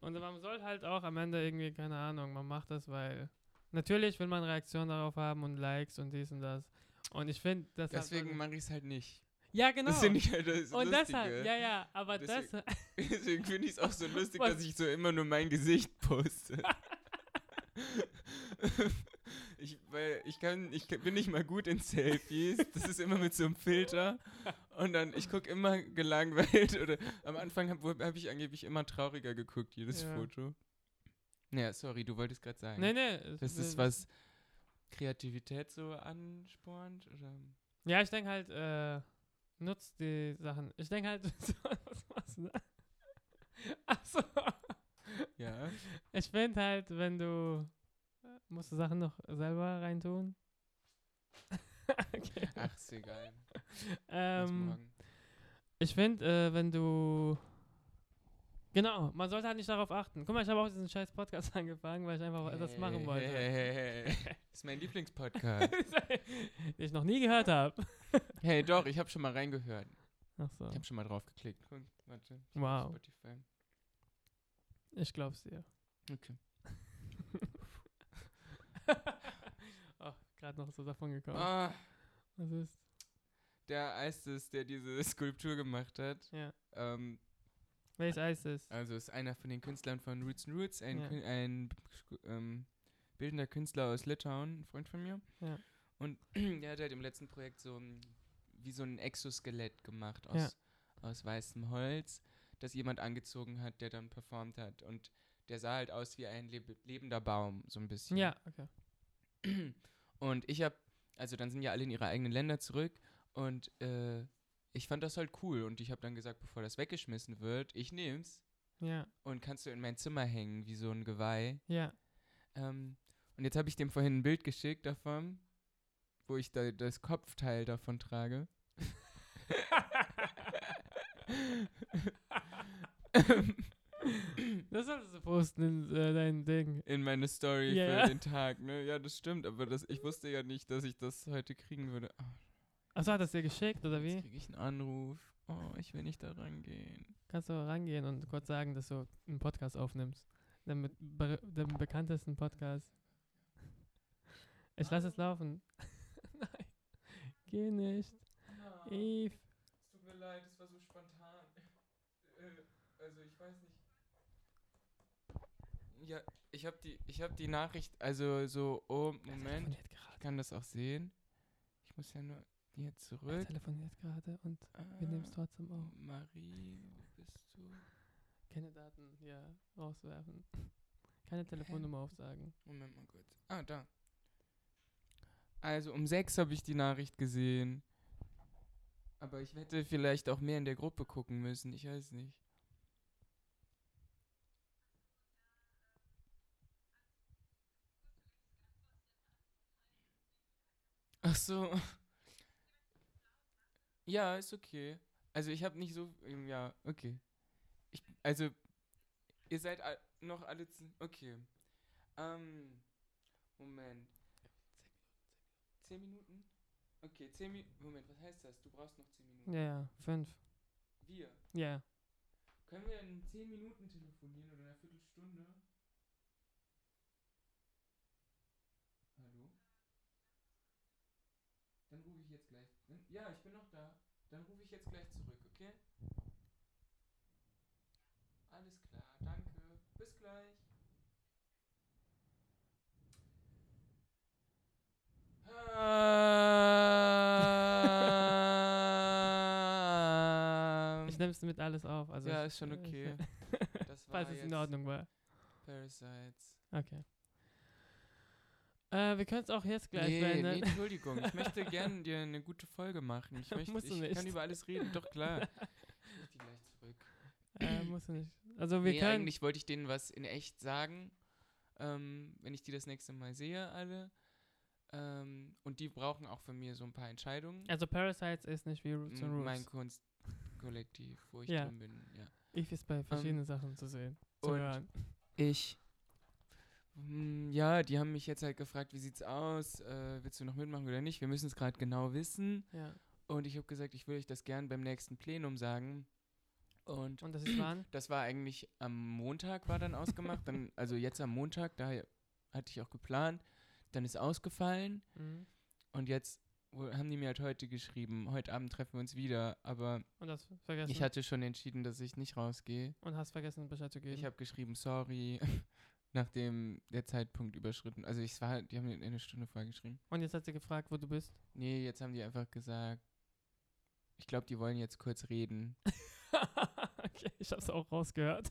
A: Und man soll halt auch am Ende irgendwie, keine Ahnung, man macht das, weil natürlich will man Reaktionen darauf haben und Likes und dies und das. Und ich finde, das hat
C: Deswegen
A: man,
C: mache ich es halt nicht.
A: Ja, genau.
C: Das finde ich halt das
A: und
C: Lustige.
A: deshalb, ja, ja, aber
C: Deswegen-
A: das,
C: Deswegen finde ich es auch so lustig,
A: Was?
C: dass ich so immer nur mein Gesicht poste. ich, weil ich, kann, ich kann- bin nicht mal gut in Selfies. Das ist immer mit so einem Filter. Und dann, ich gucke immer gelangweilt. Oder am Anfang habe hab ich angeblich immer trauriger geguckt, jedes
A: Ja.
C: Foto. Naja, sorry, du wolltest gerade sagen.
A: nee, nee.
C: Das ist
A: was
C: was Kreativität so anspornt? Oder?
A: Ja, ich denke halt, äh, nutzt die Sachen. Ich denke halt, was machst du da? Achso.
C: Ja.
A: Ich finde halt, wenn du. äh, Musst du Sachen noch selber reintun? okay.
C: Ach, ist egal. Lass
A: Ähm,
C: morgen.
A: ich finde, äh, wenn du. Genau, man sollte halt nicht darauf achten. Guck mal, ich habe auch diesen scheiß Podcast angefangen, weil ich einfach etwas machen wollte.
C: Das ist mein Lieblingspodcast.
A: Den ich noch nie gehört habe.
C: hey, doch, ich habe schon mal reingehört.
A: Achso.
C: Ich habe schon mal drauf geklickt. Guck, warte. ich bin auf
A: Wow.
C: Spotify.
A: Ich glaub's dir.
C: Okay.
A: Ach, gerade Oh, noch so davon gekommen.
C: Ah,
A: Was ist?
C: der Eistes, der diese Skulptur gemacht hat.
A: Ja.
C: Ähm,
A: Welches Eis ist?
C: also ist einer von den Künstlern von Roots and Roots, ein,
A: Ja.
C: Kün- ein Sku- ähm, bildender Künstler aus Litauen, ein Freund von mir.
A: Ja.
C: Und der hat halt im letzten Projekt so ein, wie so ein Exoskelett gemacht aus,
A: Ja.
C: aus weißem Holz, das jemand angezogen hat, der dann performt hat. Und der sah halt aus wie ein leb lebender Baum, so ein bisschen.
A: Ja, okay.
C: Und ich habe, also dann sind ja alle in ihre eigenen Länder zurück und äh, ich fand das halt cool und ich habe dann gesagt, bevor das weggeschmissen wird, ich nehm's
A: Ja,
C: und kannst du in mein Zimmer hängen, wie so ein Geweih.
A: ja.
C: Ähm, und jetzt habe ich dem vorhin ein Bild geschickt davon, wo ich da das Kopfteil davon trage.
A: Das solltest du posten in äh, dein Ding.
C: in meine Story
A: Ja,
C: für
A: ja.
C: den Tag, ne? Ja, das stimmt, aber das, ich wusste ja nicht, dass ich das heute kriegen würde. Ah,
A: Achso, hat das dir geschickt oder
C: Jetzt
A: wie?
C: kriege ich einen Anruf. Oh, ich will nicht da rangehen.
A: Kannst du rangehen und kurz sagen, dass du einen Podcast aufnimmst. Den, mit, ber- den bekanntesten Podcast. Ich lasse es laufen. Nein. Geh nicht. Eve.
C: Es tut mir leid, es war so spontan. Äh, also ich weiß nicht. Ja, ich habe die, ich habe die Nachricht, also so, oh,
A: Er
C: Moment,
A: telefoniert gerade.
C: ich kann das auch sehen. Ich muss ja nur hier
A: Er
C: zurück.
A: telefoniert gerade und wir nehmen es
C: Ah,
A: trotzdem auf.
C: Marie, wo bist du?
A: Keine Daten hier rauswerfen. Keine Telefonnummer aufsagen.
C: Moment mal kurz. Ah, da. Also um sechs habe ich die Nachricht gesehen. Aber ich hätte vielleicht auch mehr in der Gruppe gucken müssen. Ich weiß nicht. Ach so. Ja, ist okay. Also ich habe nicht so. ähm, Ja, okay. Ich, also ihr seid all, noch alle. zu- Okay. Ähm, Moment. Zehn Minuten? Okay, zehn Minuten. Moment, was heißt das? Du brauchst noch zehn Minuten.
A: Ja, ja. Fünf.
C: Wir.
A: Ja.
C: Können wir in zehn Minuten telefonieren oder in einer Viertelstunde? Hallo? Dann rufe ich jetzt gleich. Ja, ich bin noch da. Dann rufe ich jetzt gleich zurück, okay? danke, bis gleich. Ähm,
A: Ich nehme es mit alles auf. Also
C: ja,
A: ich,
C: ist schon
A: ich-
C: okay. das war
A: falls es
C: jetzt
A: in Ordnung war.
C: Parasites.
A: Okay. Äh, wir können es auch jetzt gleich ne?
C: Nee, nee,
A: beenden.
C: Entschuldigung, ich möchte gerne dir eine gute Folge machen. Ich, möchte,
A: Musst du
C: ich kann
A: nicht.
C: über alles reden, doch klar. Ich mach die gleich zurück.
A: äh, musst du nicht. Also wir
C: nee,
A: können.
C: eigentlich wollte ich denen was in echt sagen, ähm, wenn ich die das nächste Mal sehe, alle. Ähm, und die brauchen auch von mir so ein paar Entscheidungen.
A: Also Parasites ist nicht wie Roots and
C: M- mein
A: Roots.
C: Kunstkollektiv, wo ich
A: Ja.
C: drin bin. Ja.
A: Ich ist bei verschiedenen Sachen zu sehen. Zu
C: Ähm, und-
A: hören.
C: Ich. Hm, Ja, die haben mich jetzt halt gefragt, wie sieht's aus? Äh, willst du noch mitmachen oder nicht? Wir müssen es gerade genau wissen.
A: Ja.
C: Und ich habe gesagt, ich würde euch das gern beim nächsten Plenum sagen. Und
A: Und das ist wann?
C: das war eigentlich am Montag war dann ausgemacht. dann, also jetzt am Montag, da hatte ich auch geplant. Dann ist ausgefallen.
A: Mhm.
C: Und jetzt wo- haben die mir halt heute geschrieben, heute Abend treffen wir uns wieder. Aber
A: Und das vergessen.
C: ich hatte schon entschieden, dass ich nicht rausgehe.
A: und hast vergessen, Bescheid zu geben.
C: Ich habe geschrieben, sorry, nachdem der Zeitpunkt überschritten. Also ich war, die haben mir eine Stunde vorher geschrieben.
A: und jetzt hat sie gefragt, wo du bist.
C: Nee, jetzt haben die einfach gesagt, ich glaube, die wollen jetzt kurz reden.
A: okay, ich hab's auch rausgehört.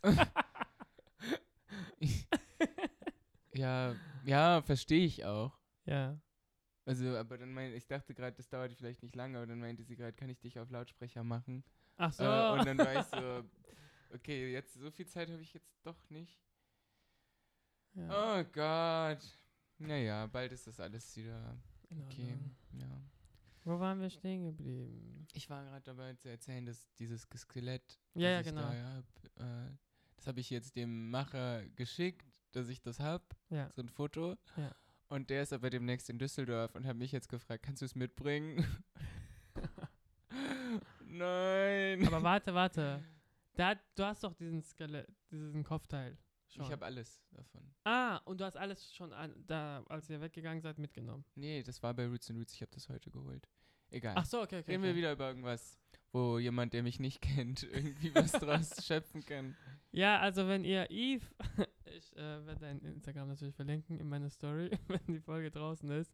C: Ja, ja, verstehe ich auch.
A: ja.
C: Also, aber dann meinte, ich dachte gerade, das dauert vielleicht nicht lange, aber dann meinte sie gerade, kann ich dich auf Lautsprecher machen?
A: Ach so.
C: Äh, und dann war ich so, okay, jetzt so viel Zeit habe ich jetzt doch nicht.
A: ja,
C: Oh Gott. Naja, bald ist das alles wieder
A: in
C: okay.
A: Ordnung.
C: Ja.
A: Wo waren wir stehen geblieben?
C: Ich war gerade dabei zu erzählen, dass dieses Ge- Skelett,
A: Ja, ja,
C: das
A: genau.
C: ich da hab, äh, das habe ich jetzt dem Macher geschickt, dass ich das habe,
A: Ja.
C: so ein Foto.
A: Ja.
C: Und der ist aber demnächst in Düsseldorf und hat mich jetzt gefragt, kannst du es mitbringen? Nein.
A: Aber warte, warte. Da, du hast doch diesen Skelett, diesen Kopfteil schon.
C: Ich habe alles davon.
A: ah, und du hast alles schon an, da, als ihr weggegangen seid, mitgenommen.
C: Nee, das war bei Roots and Roots, ich habe das heute geholt. Egal.
A: Ach so, okay, okay.
C: Reden
A: okay.
C: wir wieder über irgendwas, wo jemand, der mich nicht kennt, irgendwie was draus schöpfen kann.
A: Ja, also wenn ihr Eve, ich äh, werde dein Instagram natürlich verlinken in meiner Story, wenn die Folge draußen ist.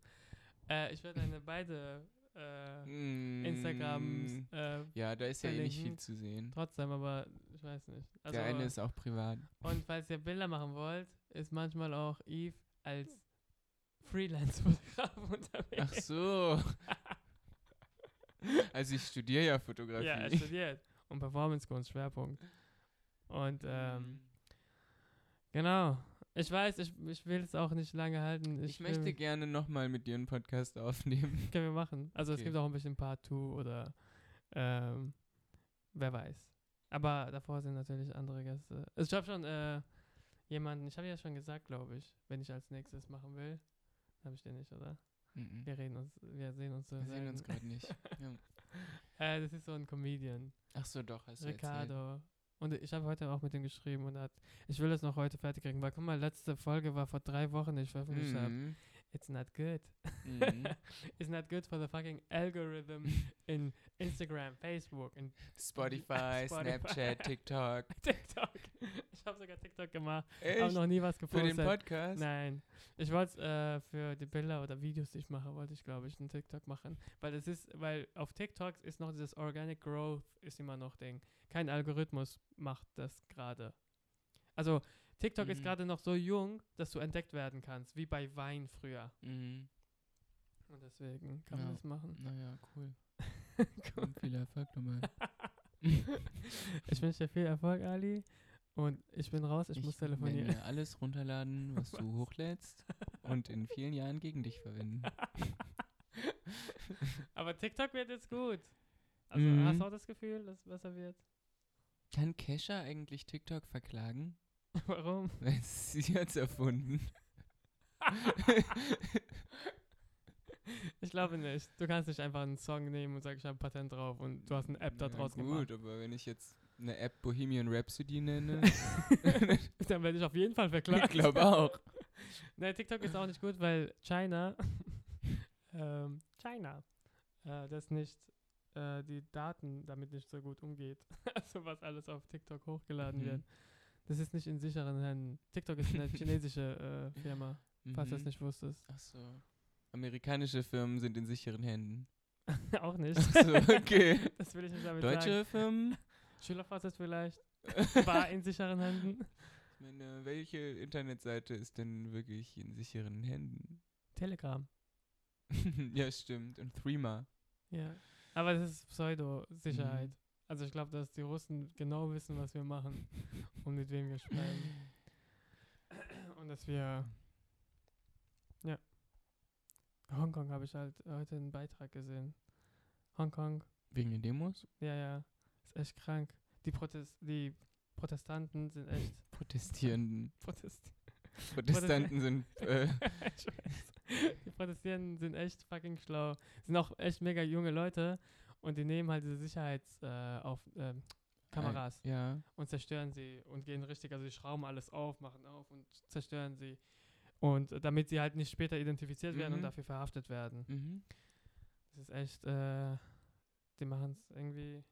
A: Äh, ich werde deine beide äh, Instagrams
C: Mm.
A: äh,
C: Ja, da ist ja eh nicht viel
A: verlinken.
C: zu sehen.
A: trotzdem, aber ich weiß nicht. Also,
C: der eine ist auch privat.
A: und falls ihr Bilder machen wollt, ist manchmal auch Eve als Freelance-Fotograf
C: Ach
A: unterwegs.
C: so. also ich studiere ja Fotografie.
A: ja, er studiert. Und Performance-Kunst, Schwerpunkt. Und
C: Mhm.
A: ähm, genau. Ich weiß, ich, ich will es auch nicht lange halten.
C: ich
A: will-
C: möchte gerne nochmal mit dir einen Podcast aufnehmen.
A: Können wir machen. Also es
C: Okay.
A: gibt auch ein bisschen Part 2 oder ähm, wer weiß. Aber davor sind natürlich andere Gäste. Also ich habe schon äh, jemanden, ich habe ja schon gesagt, glaube ich, wenn ich als nächstes machen will. Habe ich dir nicht, oder?
C: Mhm.
A: Wir reden uns, wir sehen uns so. halt.
C: Wir sehen uns
A: selten.
C: gerade nicht. Ja.
A: äh, das ist so ein Comedian,
C: Ach so, doch, hast du erzählt.
A: Ricardo. Und ich habe heute auch mit ihm geschrieben und er hat, ich will das noch heute fertig kriegen, weil guck mal, letzte Folge war vor drei Wochen, die ich veröffentlicht habe.
C: Mhm.
A: It's not good.
C: Mhm.
A: It's not good for the fucking algorithm in Instagram, Facebook, in
C: Spotify,
A: Spotify.
C: Snapchat, TikTok.
A: TikTok. Ich habe sogar TikTok gemacht, habe
C: Echt?
A: noch nie was
C: Für
A: gepostet.
C: den Podcast?
A: Nein, ich wollte äh, für die Bilder oder Videos, die ich mache, wollte ich glaube ich einen TikTok machen, weil es ist, weil auf TikTok ist noch dieses Organic Growth ist immer noch Ding. Kein Algorithmus macht das gerade. Also TikTok ist
C: Mhm.
A: gerade noch so jung, dass du entdeckt werden kannst, wie bei Wein früher.
C: Mhm.
A: Und deswegen kann man
C: Ja.
A: das machen.
C: Naja, cool.
A: Cool.
C: Und viel Erfolg nochmal.
A: Ich wünsche dir viel Erfolg, Ali. Und ich bin raus, ich, muss
C: werde
A: telefonieren.
C: mir alles runterladen, was du hochlädst und in vielen Jahren gegen dich verwenden.
A: Aber TikTok wird jetzt gut. Also
C: Mhm.
A: hast du auch das Gefühl, dass es besser wird?
C: Kann Kesha eigentlich TikTok verklagen?
A: Warum?
C: Weil sie hat's erfunden.
A: Ich glaube nicht. Du kannst nicht einfach einen Song nehmen und sagen, ich habe ein Patent drauf und du hast eine App da
C: Na
A: draus
C: gut,
A: gemacht.
C: aber wenn ich jetzt eine App Bohemian Rhapsody nenne,
A: Dann werde ich auf jeden Fall verklagt.
C: ich glaube auch.
A: Nee, TikTok ist auch nicht gut, weil China, ähm, China, äh, das nicht, äh, die Daten damit nicht so gut umgeht. also was alles auf TikTok hochgeladen
C: Mhm.
A: wird. Das ist nicht in sicheren Händen. TikTok ist eine chinesische äh, Firma, falls du das
C: Mhm.
A: nicht wusstest.
C: Ach so. Amerikanische Firmen sind in sicheren Händen.
A: Auch nicht.
C: Ach so, okay.
A: das will ich nicht damit sagen.
C: Deutsche Firmen?
A: Schülerfahrt vielleicht. War in sicheren Händen.
C: Ich meine, welche Internetseite ist denn wirklich in sicheren Händen?
A: Telegram.
C: ja, stimmt. Und Threema.
A: Ja. Aber das ist Pseudo-Sicherheit.
C: Mhm.
A: Also ich glaube, dass die Russen genau wissen, was wir machen und mit wem wir schreiben. Und dass wir. Ja. Hongkong habe ich halt heute einen Beitrag gesehen. Hongkong,
C: Wegen den Demos?
A: ja, ja. Ist echt krank. Die, Protest die Protestanten sind echt
C: Protestierenden.
A: Protest
C: Protestanten sind. Äh,
A: Ich weiß. Die Protestierenden sind echt fucking schlau. Sind auch echt mega junge Leute und die nehmen halt diese Sicherheits äh, auf ähm, Kameras
C: ja.
A: und zerstören sie und gehen richtig, also die schrauben alles auf, machen auf und zerstören sie. Und äh, damit sie halt nicht später identifiziert werden und
C: Mhm.
A: dafür verhaftet werden.
C: Mhm.
A: Das ist echt, äh, die machen es irgendwie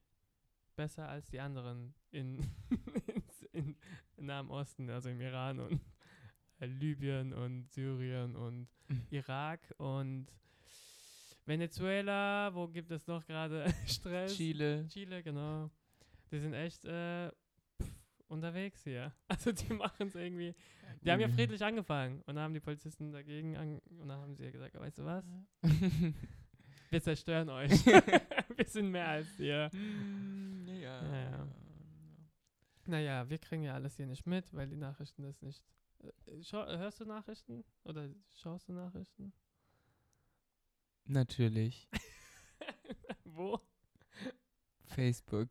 A: besser als die anderen in, in, in Nahen Osten, also im Iran und äh, Libyen und Syrien und
C: Mhm.
A: Irak und Venezuela, wo gibt es noch gerade
C: Also,
A: Stress?
C: Chile.
A: Chile, genau. Die sind echt äh, pff, unterwegs hier. Also die machen es irgendwie. Die haben ja
C: Mhm.
A: friedlich angefangen und dann haben die Polizisten dagegen an und dann haben sie ja gesagt, weißt du was? Wir zerstören euch. wir sind mehr als ihr.
C: Hm, ja.
A: Mhm. Ja, ja. Naja, wir kriegen ja alles hier nicht mit, weil die Nachrichten das nicht. Äh, schau- hörst du Nachrichten? Oder schaust du Nachrichten?
C: Natürlich.
A: Wo?
C: Facebook.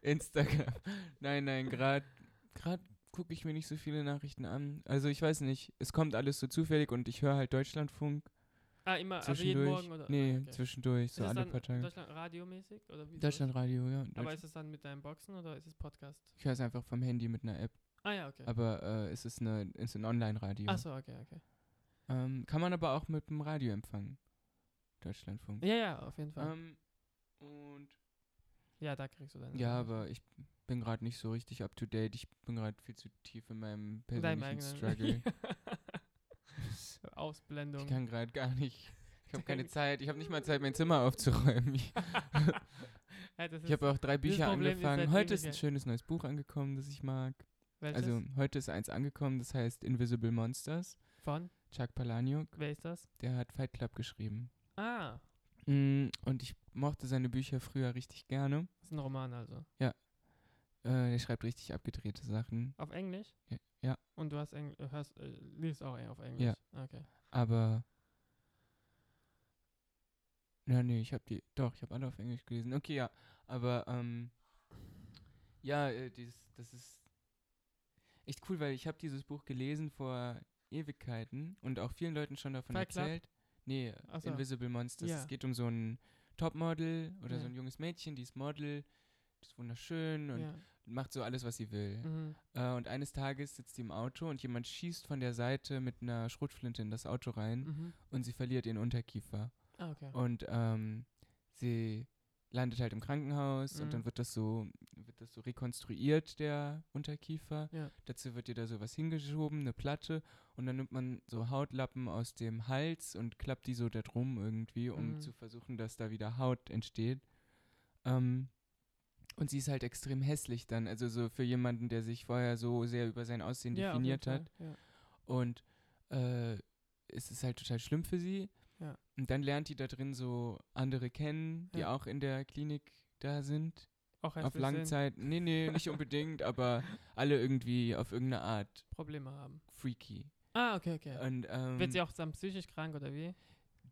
C: Instagram. Nein, nein, gerade grad gucke ich mir nicht so viele Nachrichten an. Also ich weiß nicht, es kommt alles so zufällig und ich höre halt Deutschlandfunk
A: Ah, immer, also jeden
C: zwischendurch.
A: Morgen oder?
C: nee,
A: ah, okay.
C: zwischendurch,
A: Ist
C: so
A: es
C: alle
A: dann
C: paar Tage.
A: Deutschland radiomäßig? Oder wie
C: Deutschlandradio, ja.
A: Deutsch Aber
C: Deutsch
A: ist es dann mit deinem Boxen oder ist es Podcast?
C: ich höre es einfach vom Handy mit einer App.
A: Ah ja, okay.
C: Aber äh, es ist, eine, es ist ein Online-Radio.
A: Achso, okay, okay.
C: Ähm, kann man aber auch mit dem Radio empfangen. Deutschlandfunk.
A: Ja, ja, auf jeden Fall.
C: Ähm, und
A: ja, da kriegst du deine.
C: Ja, aber ich bin gerade nicht so richtig up to date. Ich bin gerade viel zu tief in meinem
A: In deinem
C: persönlichen
A: eigenen-
C: Struggle. Ich
A: Ausblendung.
C: kann gerade gar nicht. Ich habe keine Zeit. Ich habe nicht mal Zeit, mein Zimmer aufzuräumen. Ich,
A: Ja, das
C: ich habe auch drei Bücher
A: Problem ist seit
C: angefangen. Heute ist ein
A: Ewigkeit.
C: schönes neues Buch angekommen, das ich mag.
A: welches?
C: Also heute ist eins angekommen, das heißt Invisible Monsters.
A: Von?
C: Chuck Palahniuk,
A: Wer ist das?
C: der hat Fight Club geschrieben.
A: Ah,
C: Mm, Und ich mochte seine Bücher früher richtig gerne.
A: das ist ein Roman also.
C: Äh, er schreibt richtig abgedrehte Sachen.
A: Auf Englisch?
C: Ja- ja.
A: Und du hast Engl hörst, äh, liest auch eher auf Englisch? Ja. Okay.
C: Aber. Ja, nee, ich habe die. Doch, ich habe alle auf Englisch gelesen. Okay, ja. Aber, ähm. Ja, äh, dieses, das ist echt cool, weil ich habe dieses Buch gelesen vor Ewigkeiten und auch vielen Leuten schon davon
A: Fight Club?
C: erzählt. Nee,
A: Ach so.
C: Invisible Monsters.
A: Ja.
C: Es geht um so ein Topmodel oder
A: Ja.
C: so ein junges Mädchen, die ist Model, die ist wunderschön und
A: ja.
C: macht so alles, was sie will.
A: Mhm.
C: Äh, und eines Tages sitzt sie im Auto und jemand schießt von der Seite mit einer Schrotflinte in das Auto rein
A: Mhm.
C: und sie verliert ihren Unterkiefer.
A: Ah, okay.
C: Und ähm, sie landet halt im Krankenhaus
A: Mhm.
C: und dann wird das so, wird das so rekonstruiert, der Unterkiefer.
A: Ja.
C: Dazu wird ihr da sowas hingeschoben, eine Platte, und dann nimmt man so Hautlappen aus dem Hals und klappt die so da drum irgendwie, um
A: Mhm.
C: zu versuchen, dass da wieder Haut entsteht. Ähm, und sie ist halt extrem hässlich dann, also so für jemanden, der sich vorher so sehr über sein Aussehen
A: Ja, auf jeden
C: definiert hat.
A: Fall, Ja.
C: Und äh, es ist halt total schlimm für sie.
A: Ja.
C: Und dann lernt die da drin so andere kennen, die
A: Ja.
C: auch in der Klinik da sind.
A: Auch
C: auf
A: hässlich
C: lange
A: sehen,
C: Zeit. Nee, nee, nicht unbedingt, aber alle irgendwie auf irgendeine Art
A: Probleme haben.
C: freaky.
A: Ah, okay, okay.
C: Und, ähm,
A: Wird sie auch dann psychisch krank oder wie?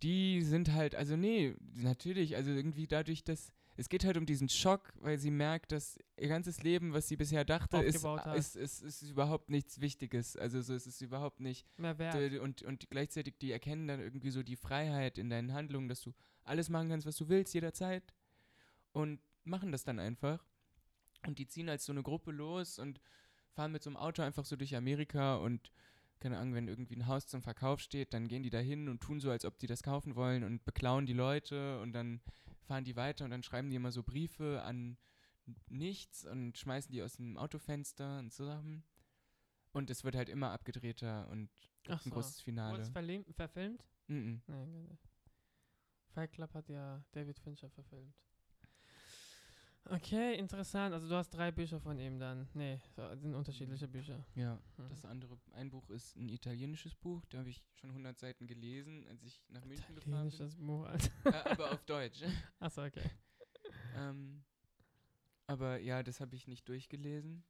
C: die sind halt, also nee, natürlich, also irgendwie dadurch, dass. Es geht halt um diesen Schock, weil sie merkt, dass ihr ganzes Leben, was sie bisher dachte, ist,
A: Aufgebaut hat.
C: ist, ist, ist überhaupt nichts Wichtiges. Also so, es ist überhaupt nicht
A: Mehr wert.
C: D- Und, und gleichzeitig, die erkennen dann irgendwie so die Freiheit in deinen Handlungen, dass du alles machen kannst, was du willst, jederzeit. Und machen das dann einfach. Und die ziehen als so eine Gruppe los und fahren mit so einem Auto einfach so durch Amerika und keine Ahnung, wenn irgendwie ein Haus zum Verkauf steht, dann gehen die da hin und tun so, als ob die das kaufen wollen und beklauen die Leute und dann fahren die weiter und dann schreiben die immer so Briefe an nichts und schmeißen die aus dem Autofenster und so Sachen. Und es wird halt immer abgedrehter und
A: Ach
C: ein großes Finale.
A: Wurde es verlim- verfilmt?
C: Mhm.
A: Nein, nein, nein. Fight Club hat ja David Fincher verfilmt. Okay, interessant. Also du hast drei Bücher von ihm dann. Nee, so, sind unterschiedliche Bücher.
C: Ja,
A: Mhm.
C: das andere, ein Buch ist ein italienisches Buch, da habe ich schon 100 Seiten gelesen, als ich nach München gefahren bin.
A: Italienisches Buch, Alter.
C: Äh, aber auf Deutsch.
A: Achso, okay.
C: ähm, aber ja, das habe ich nicht durchgelesen.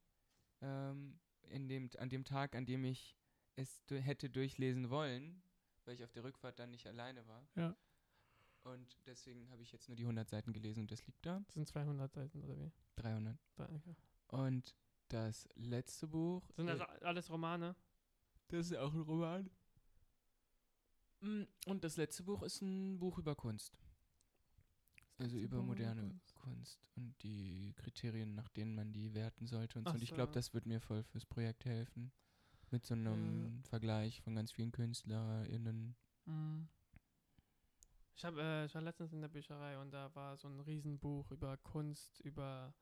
C: Ähm, in dem, an dem Tag, an dem ich es du hätte durchlesen wollen, weil ich auf der Rückfahrt dann nicht alleine war.
A: Ja.
C: Und deswegen habe ich jetzt nur die 100 Seiten gelesen und das liegt da.
A: Das sind 200 Seiten oder wie?
C: 300.
A: Da, okay.
C: Und das letzte Buch.
A: Sind
C: äh,
A: das a- alles Romane?
C: Das ist ja auch ein Roman. Mm, Und das letzte Buch ist ein Buch über Kunst. Also
A: letzte
C: über
A: Buch über
C: moderne
A: Kunst.
C: Kunst und die Kriterien, nach denen man die werten sollte und so.
A: Ach
C: Und ich
A: so.
C: glaube, das wird mir voll fürs Projekt helfen. Mit so einem Vergleich von ganz vielen KünstlerInnen. Mhm.
A: Ich, hab, äh, ich war letztens in der Bücherei und da war so ein Riesenbuch über Kunst, über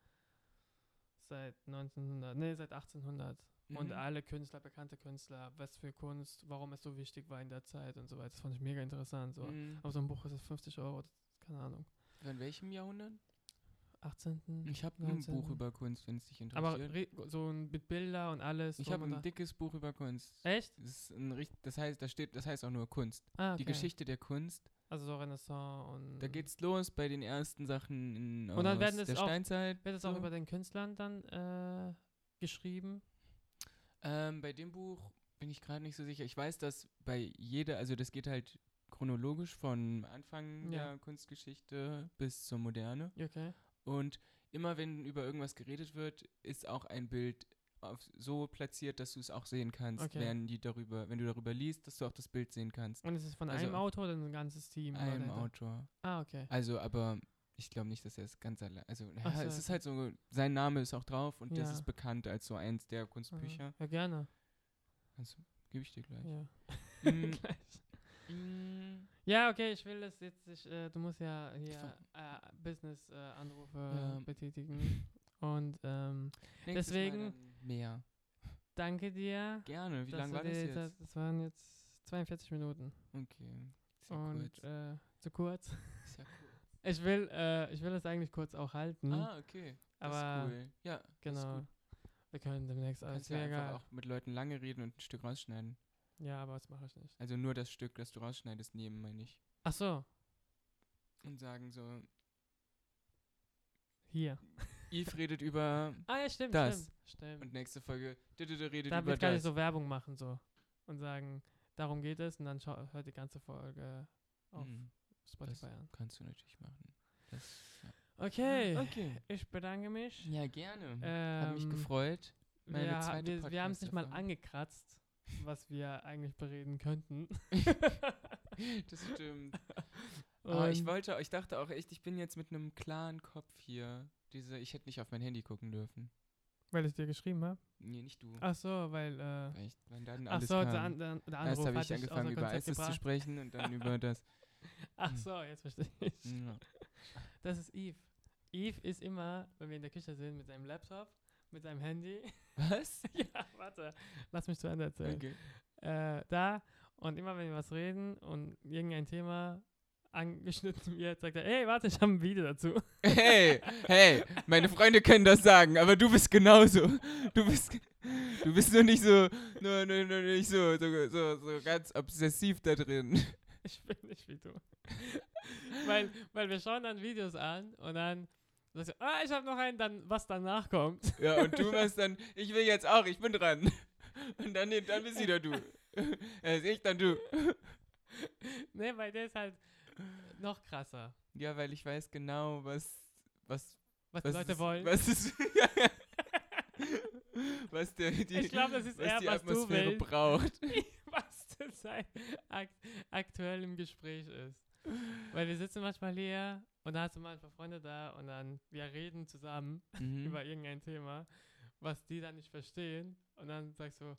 A: seit 1900, nee, seit 1800. Und
C: Mhm.
A: alle Künstler, bekannte Künstler, was für Kunst, warum es so wichtig war in der Zeit und so weiter. Das fand ich mega interessant. So.
C: Mhm.
A: Aber so ein Buch kostet 50 Euro, das, keine Ahnung.
C: Von welchem Jahrhundert?
A: 18.
C: Ich habe ein Buch
A: 19..
C: über Kunst, wenn es dich interessiert.
A: Aber re- so ein- mit Bilder und alles.
C: ich
A: drum
C: habe
A: und
C: ein
A: dran.
C: dickes Buch über Kunst.
A: Echt?
C: Das, ist ein, richt- das heißt, da steht, das heißt auch nur Kunst.
A: Ah,
C: Die
A: okay.
C: Geschichte der Kunst
A: Also so Renaissance und.
C: Da geht's los bei den ersten Sachen in
A: Und dann
C: aus
A: werden es
C: der
A: auch-
C: Steinzeit.
A: Wird es auch
C: so.
A: über den Künstlern dann äh, geschrieben?
C: ähm, bei dem Buch bin ich gerade nicht so sicher. Ich weiß, dass bei jeder, also das geht halt chronologisch von Anfang
A: Ja.
C: der Kunstgeschichte bis zur Moderne.
A: Okay.
C: Und immer wenn über irgendwas geredet wird, ist auch ein Bild auf, so platziert, dass du es auch sehen kannst,
A: Okay.
C: während die darüber, wenn du darüber liest, dass du auch das Bild sehen kannst.
A: Und ist es von
C: Also-
A: einem Autor oder ein ganzes Team? war
C: Einem
A: dahinter?
C: Autor.
A: Ah, okay.
C: Also, aber ich glaube nicht, dass er es ganz allein. Also,
A: Ach
C: ja,
A: so,
C: es ist halt so, sein Name ist auch drauf und das
A: Ja. Mhm.
C: ist bekannt als so eins der
A: Aha.
C: Kunstbücher.
A: Ja, gerne.
C: Kannst du, gebe ich dir gleich.
A: Ja.
C: Mm,
A: Gleich.
C: mm,
A: ja, okay, ich will das jetzt nicht. Äh, du musst ja hier
C: ver-
A: äh, Business-Anrufe
C: Ja.
A: betätigen. Und ähm,
C: nächstes
A: Deswegen-
C: Mal dann mehr.
A: danke dir.
C: Gerne. Wie
A: dass
C: lange
A: du
C: war das
A: dir
C: jetzt?
A: Das, das waren jetzt 42 Minuten.
C: okay. Sehr
A: und
C: kurz.
A: äh, zu kurz.
C: Sehr cool.
A: Ich will, äh, ich will das eigentlich kurz auch halten.
C: Ah, okay. Das
A: hm? aber
C: ist cool. Ja, das ist
A: genau.
C: gut.
A: Wir können demnächst
C: Du
A: alles
C: kannst ja einfach
A: mega.
C: auch mit Leuten lange reden und ein Stück rausschneiden.
A: Ja, aber das mache ich nicht.
C: Also nur das Stück, das du rausschneidest, nehmen, meine ich.
A: Ach so,
C: Und sagen so,
A: hier.
C: Yves redet über
A: Ah ja, stimmt,
C: Das.
A: stimmt. stimmt.
C: und nächste Folge dü- dü- dü- redet über
A: Damit kann ich
C: das.
A: so Werbung machen so und sagen, darum geht es und dann schau, hört die ganze Folge auf
C: Mhm.
A: Spotify an.
C: Kannst du natürlich machen. Das, ja.
A: Okay,
C: Okay.
A: ich bedanke mich.
C: Ja, gerne.
A: Ähm,
C: Hat mich gefreut. meine
A: wir ha-
C: zweite
A: wir, wir haben es nicht mal
C: Podcast-Erfahrung.
A: angekratzt, was wir eigentlich bereden könnten.
C: das stimmt. Aber ich
A: Und-
C: wollte, ich dachte auch echt, ich bin jetzt mit einem klaren Kopf hier. Diese, ich hätte nicht auf mein Handy gucken dürfen.
A: weil ich dir geschrieben habe.
C: Nee, nicht du.
A: Ach so, weil äh,
C: Weil ich, wenn dann
A: ach
C: alles
A: so, der,
C: kam.
A: an, der, der
C: Erst
A: Anruf
C: habe
A: hat
C: ich
A: dich
C: angefangen,
A: außer
C: über
A: Konzept
C: ISIS zu
A: gebracht.
C: sprechen und dann über das.
A: Ach so, jetzt verstehe ich.
C: Ja.
A: Das ist Eve. Eve ist immer, wenn wir in der Küche sind, mit seinem Laptop, mit seinem Handy.
C: Was?
A: ja, warte, lass mich zu Ende erzählen.
C: Okay.
A: äh, da und immer wenn wir was reden und irgendein Thema angeschnitten wird, sagt er, ey, warte, ich habe ein Video dazu.
C: Hey, hey, meine Freunde können das sagen, aber du bist genauso. Du bist, du bist nur nicht so, nur, nur, nur nicht so, so, so, so ganz obsessiv da drin.
A: Ich bin nicht wie du. weil, weil wir schauen dann Videos an und dann sagst du, ah, ich habe noch einen, dann, was danach kommt.
C: Ja, und du warst dann, ich will jetzt auch, ich bin dran. Und dann, dann bist wieder du. Erst ich, dann du.
A: ne, weil der ist halt noch krasser.
C: Ja, weil ich weiß genau, was, was,
A: Was,
C: was
A: die Leute
C: ist,
A: wollen.
C: Was ist, was der, die,
A: ich glaube, das ist
C: was
A: eher,
C: die
A: was du
C: Atmosphäre
A: willst,
C: braucht.
A: was zu sein ak aktuell im Gespräch ist. Weil wir sitzen manchmal hier und da hast du manchmal Freunde da und dann, wir reden zusammen
C: Mhm.
A: über irgendein Thema, was die dann nicht verstehen. Und dann sagst du,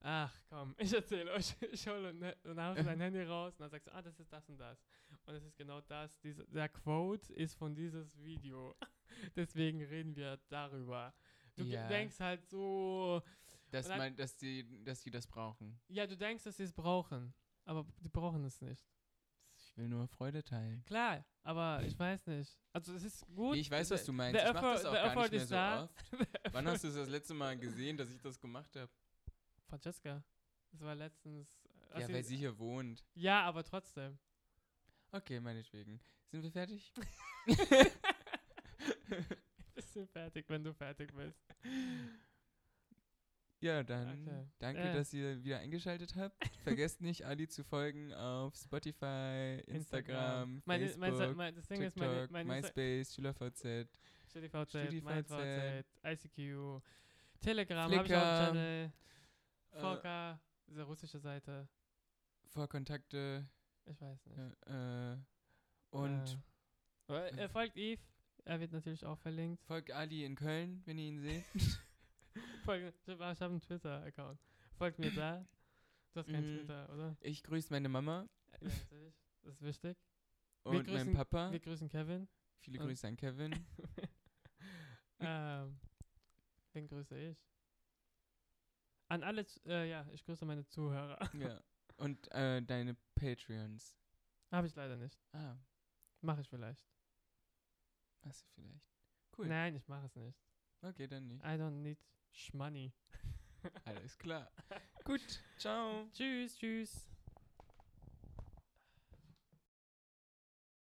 A: ach komm, ich erzähle euch, ich hole ne, und dann holst du dein Handy raus und dann sagst du, ah, das ist das und das. Und es ist genau das, diese, der Quote ist von dieses Video. Deswegen reden wir darüber. Du ge-
C: Ja.
A: denkst halt so,
C: Dass,
A: Und dann-
C: man, dass, die, dass die das brauchen.
A: ja, du denkst, dass sie es brauchen, aber die brauchen es nicht.
C: Ich will nur Freude teilen.
A: Klar, aber ich weiß nicht. Also es ist gut. Äh,
C: Nee, ich weiß, was du meinst.
A: Der
C: Ich mach das
A: Effort-
C: auch
A: der
C: gar
A: Effort
C: nicht mehr
A: ist
C: so
A: da.
C: oft. Wann hast du es das letzte Mal gesehen, dass ich das gemacht habe?
A: Francesca, das war letztens. äh, als
C: Ja,
A: sie-
C: weil sie hier wohnt.
A: ja, aber trotzdem.
C: Okay, meinetwegen. Sind wir fertig?
A: Bist du fertig, wenn du fertig bist?
C: Ja, dann
A: Okay.
C: danke,
A: Ja.
C: dass ihr wieder eingeschaltet habt. Vergesst nicht, Ali zu folgen auf Spotify, Instagram,
A: Meine,
C: Facebook,
A: mein, Sa- mein, das Ding ist, meine,
C: TikTok,
A: mein Insta-
C: MySpace, SchülerVZ.
A: StudiVZ,
C: StudiVZ,
A: MeinVZ, ICQ, Telegram, habe ich auch einen
C: Flickr,
A: Channel,
C: Äh,
A: VK, diese russische Seite,
C: Vorkontakte.
A: ich weiß nicht.
C: Äh, äh, und
A: Äh, äh, er folgt Eve, er wird natürlich auch verlinkt.
C: folgt Ali in Köln, wenn ihr ihn seht.
A: Folgt, ich habe hab einen Twitter-Account. Folgt mir da. Du hast keinen
C: Mhm.
A: Twitter, oder?
C: Ich grüße meine Mama
A: Ja, natürlich. Das ist wichtig. Wir
C: und meinen
A: grüßen-
C: Papa.
A: Wir grüßen Kevin.
C: Viele
A: und-
C: Grüße an Kevin.
A: ähm, wen grüße ich? An alle, Z- äh, ja, ich grüße meine Zuhörer.
C: ja. Und äh, deine Patreons.
A: Habe ich leider nicht.
C: Ah,
A: Mache ich vielleicht.
C: hast du vielleicht. Cool.
A: Nein, ich mache es nicht.
C: Okay, dann nicht.
A: I don't need money.
C: Alles klar. Gut, ciao.
A: Tschüss, tschüss.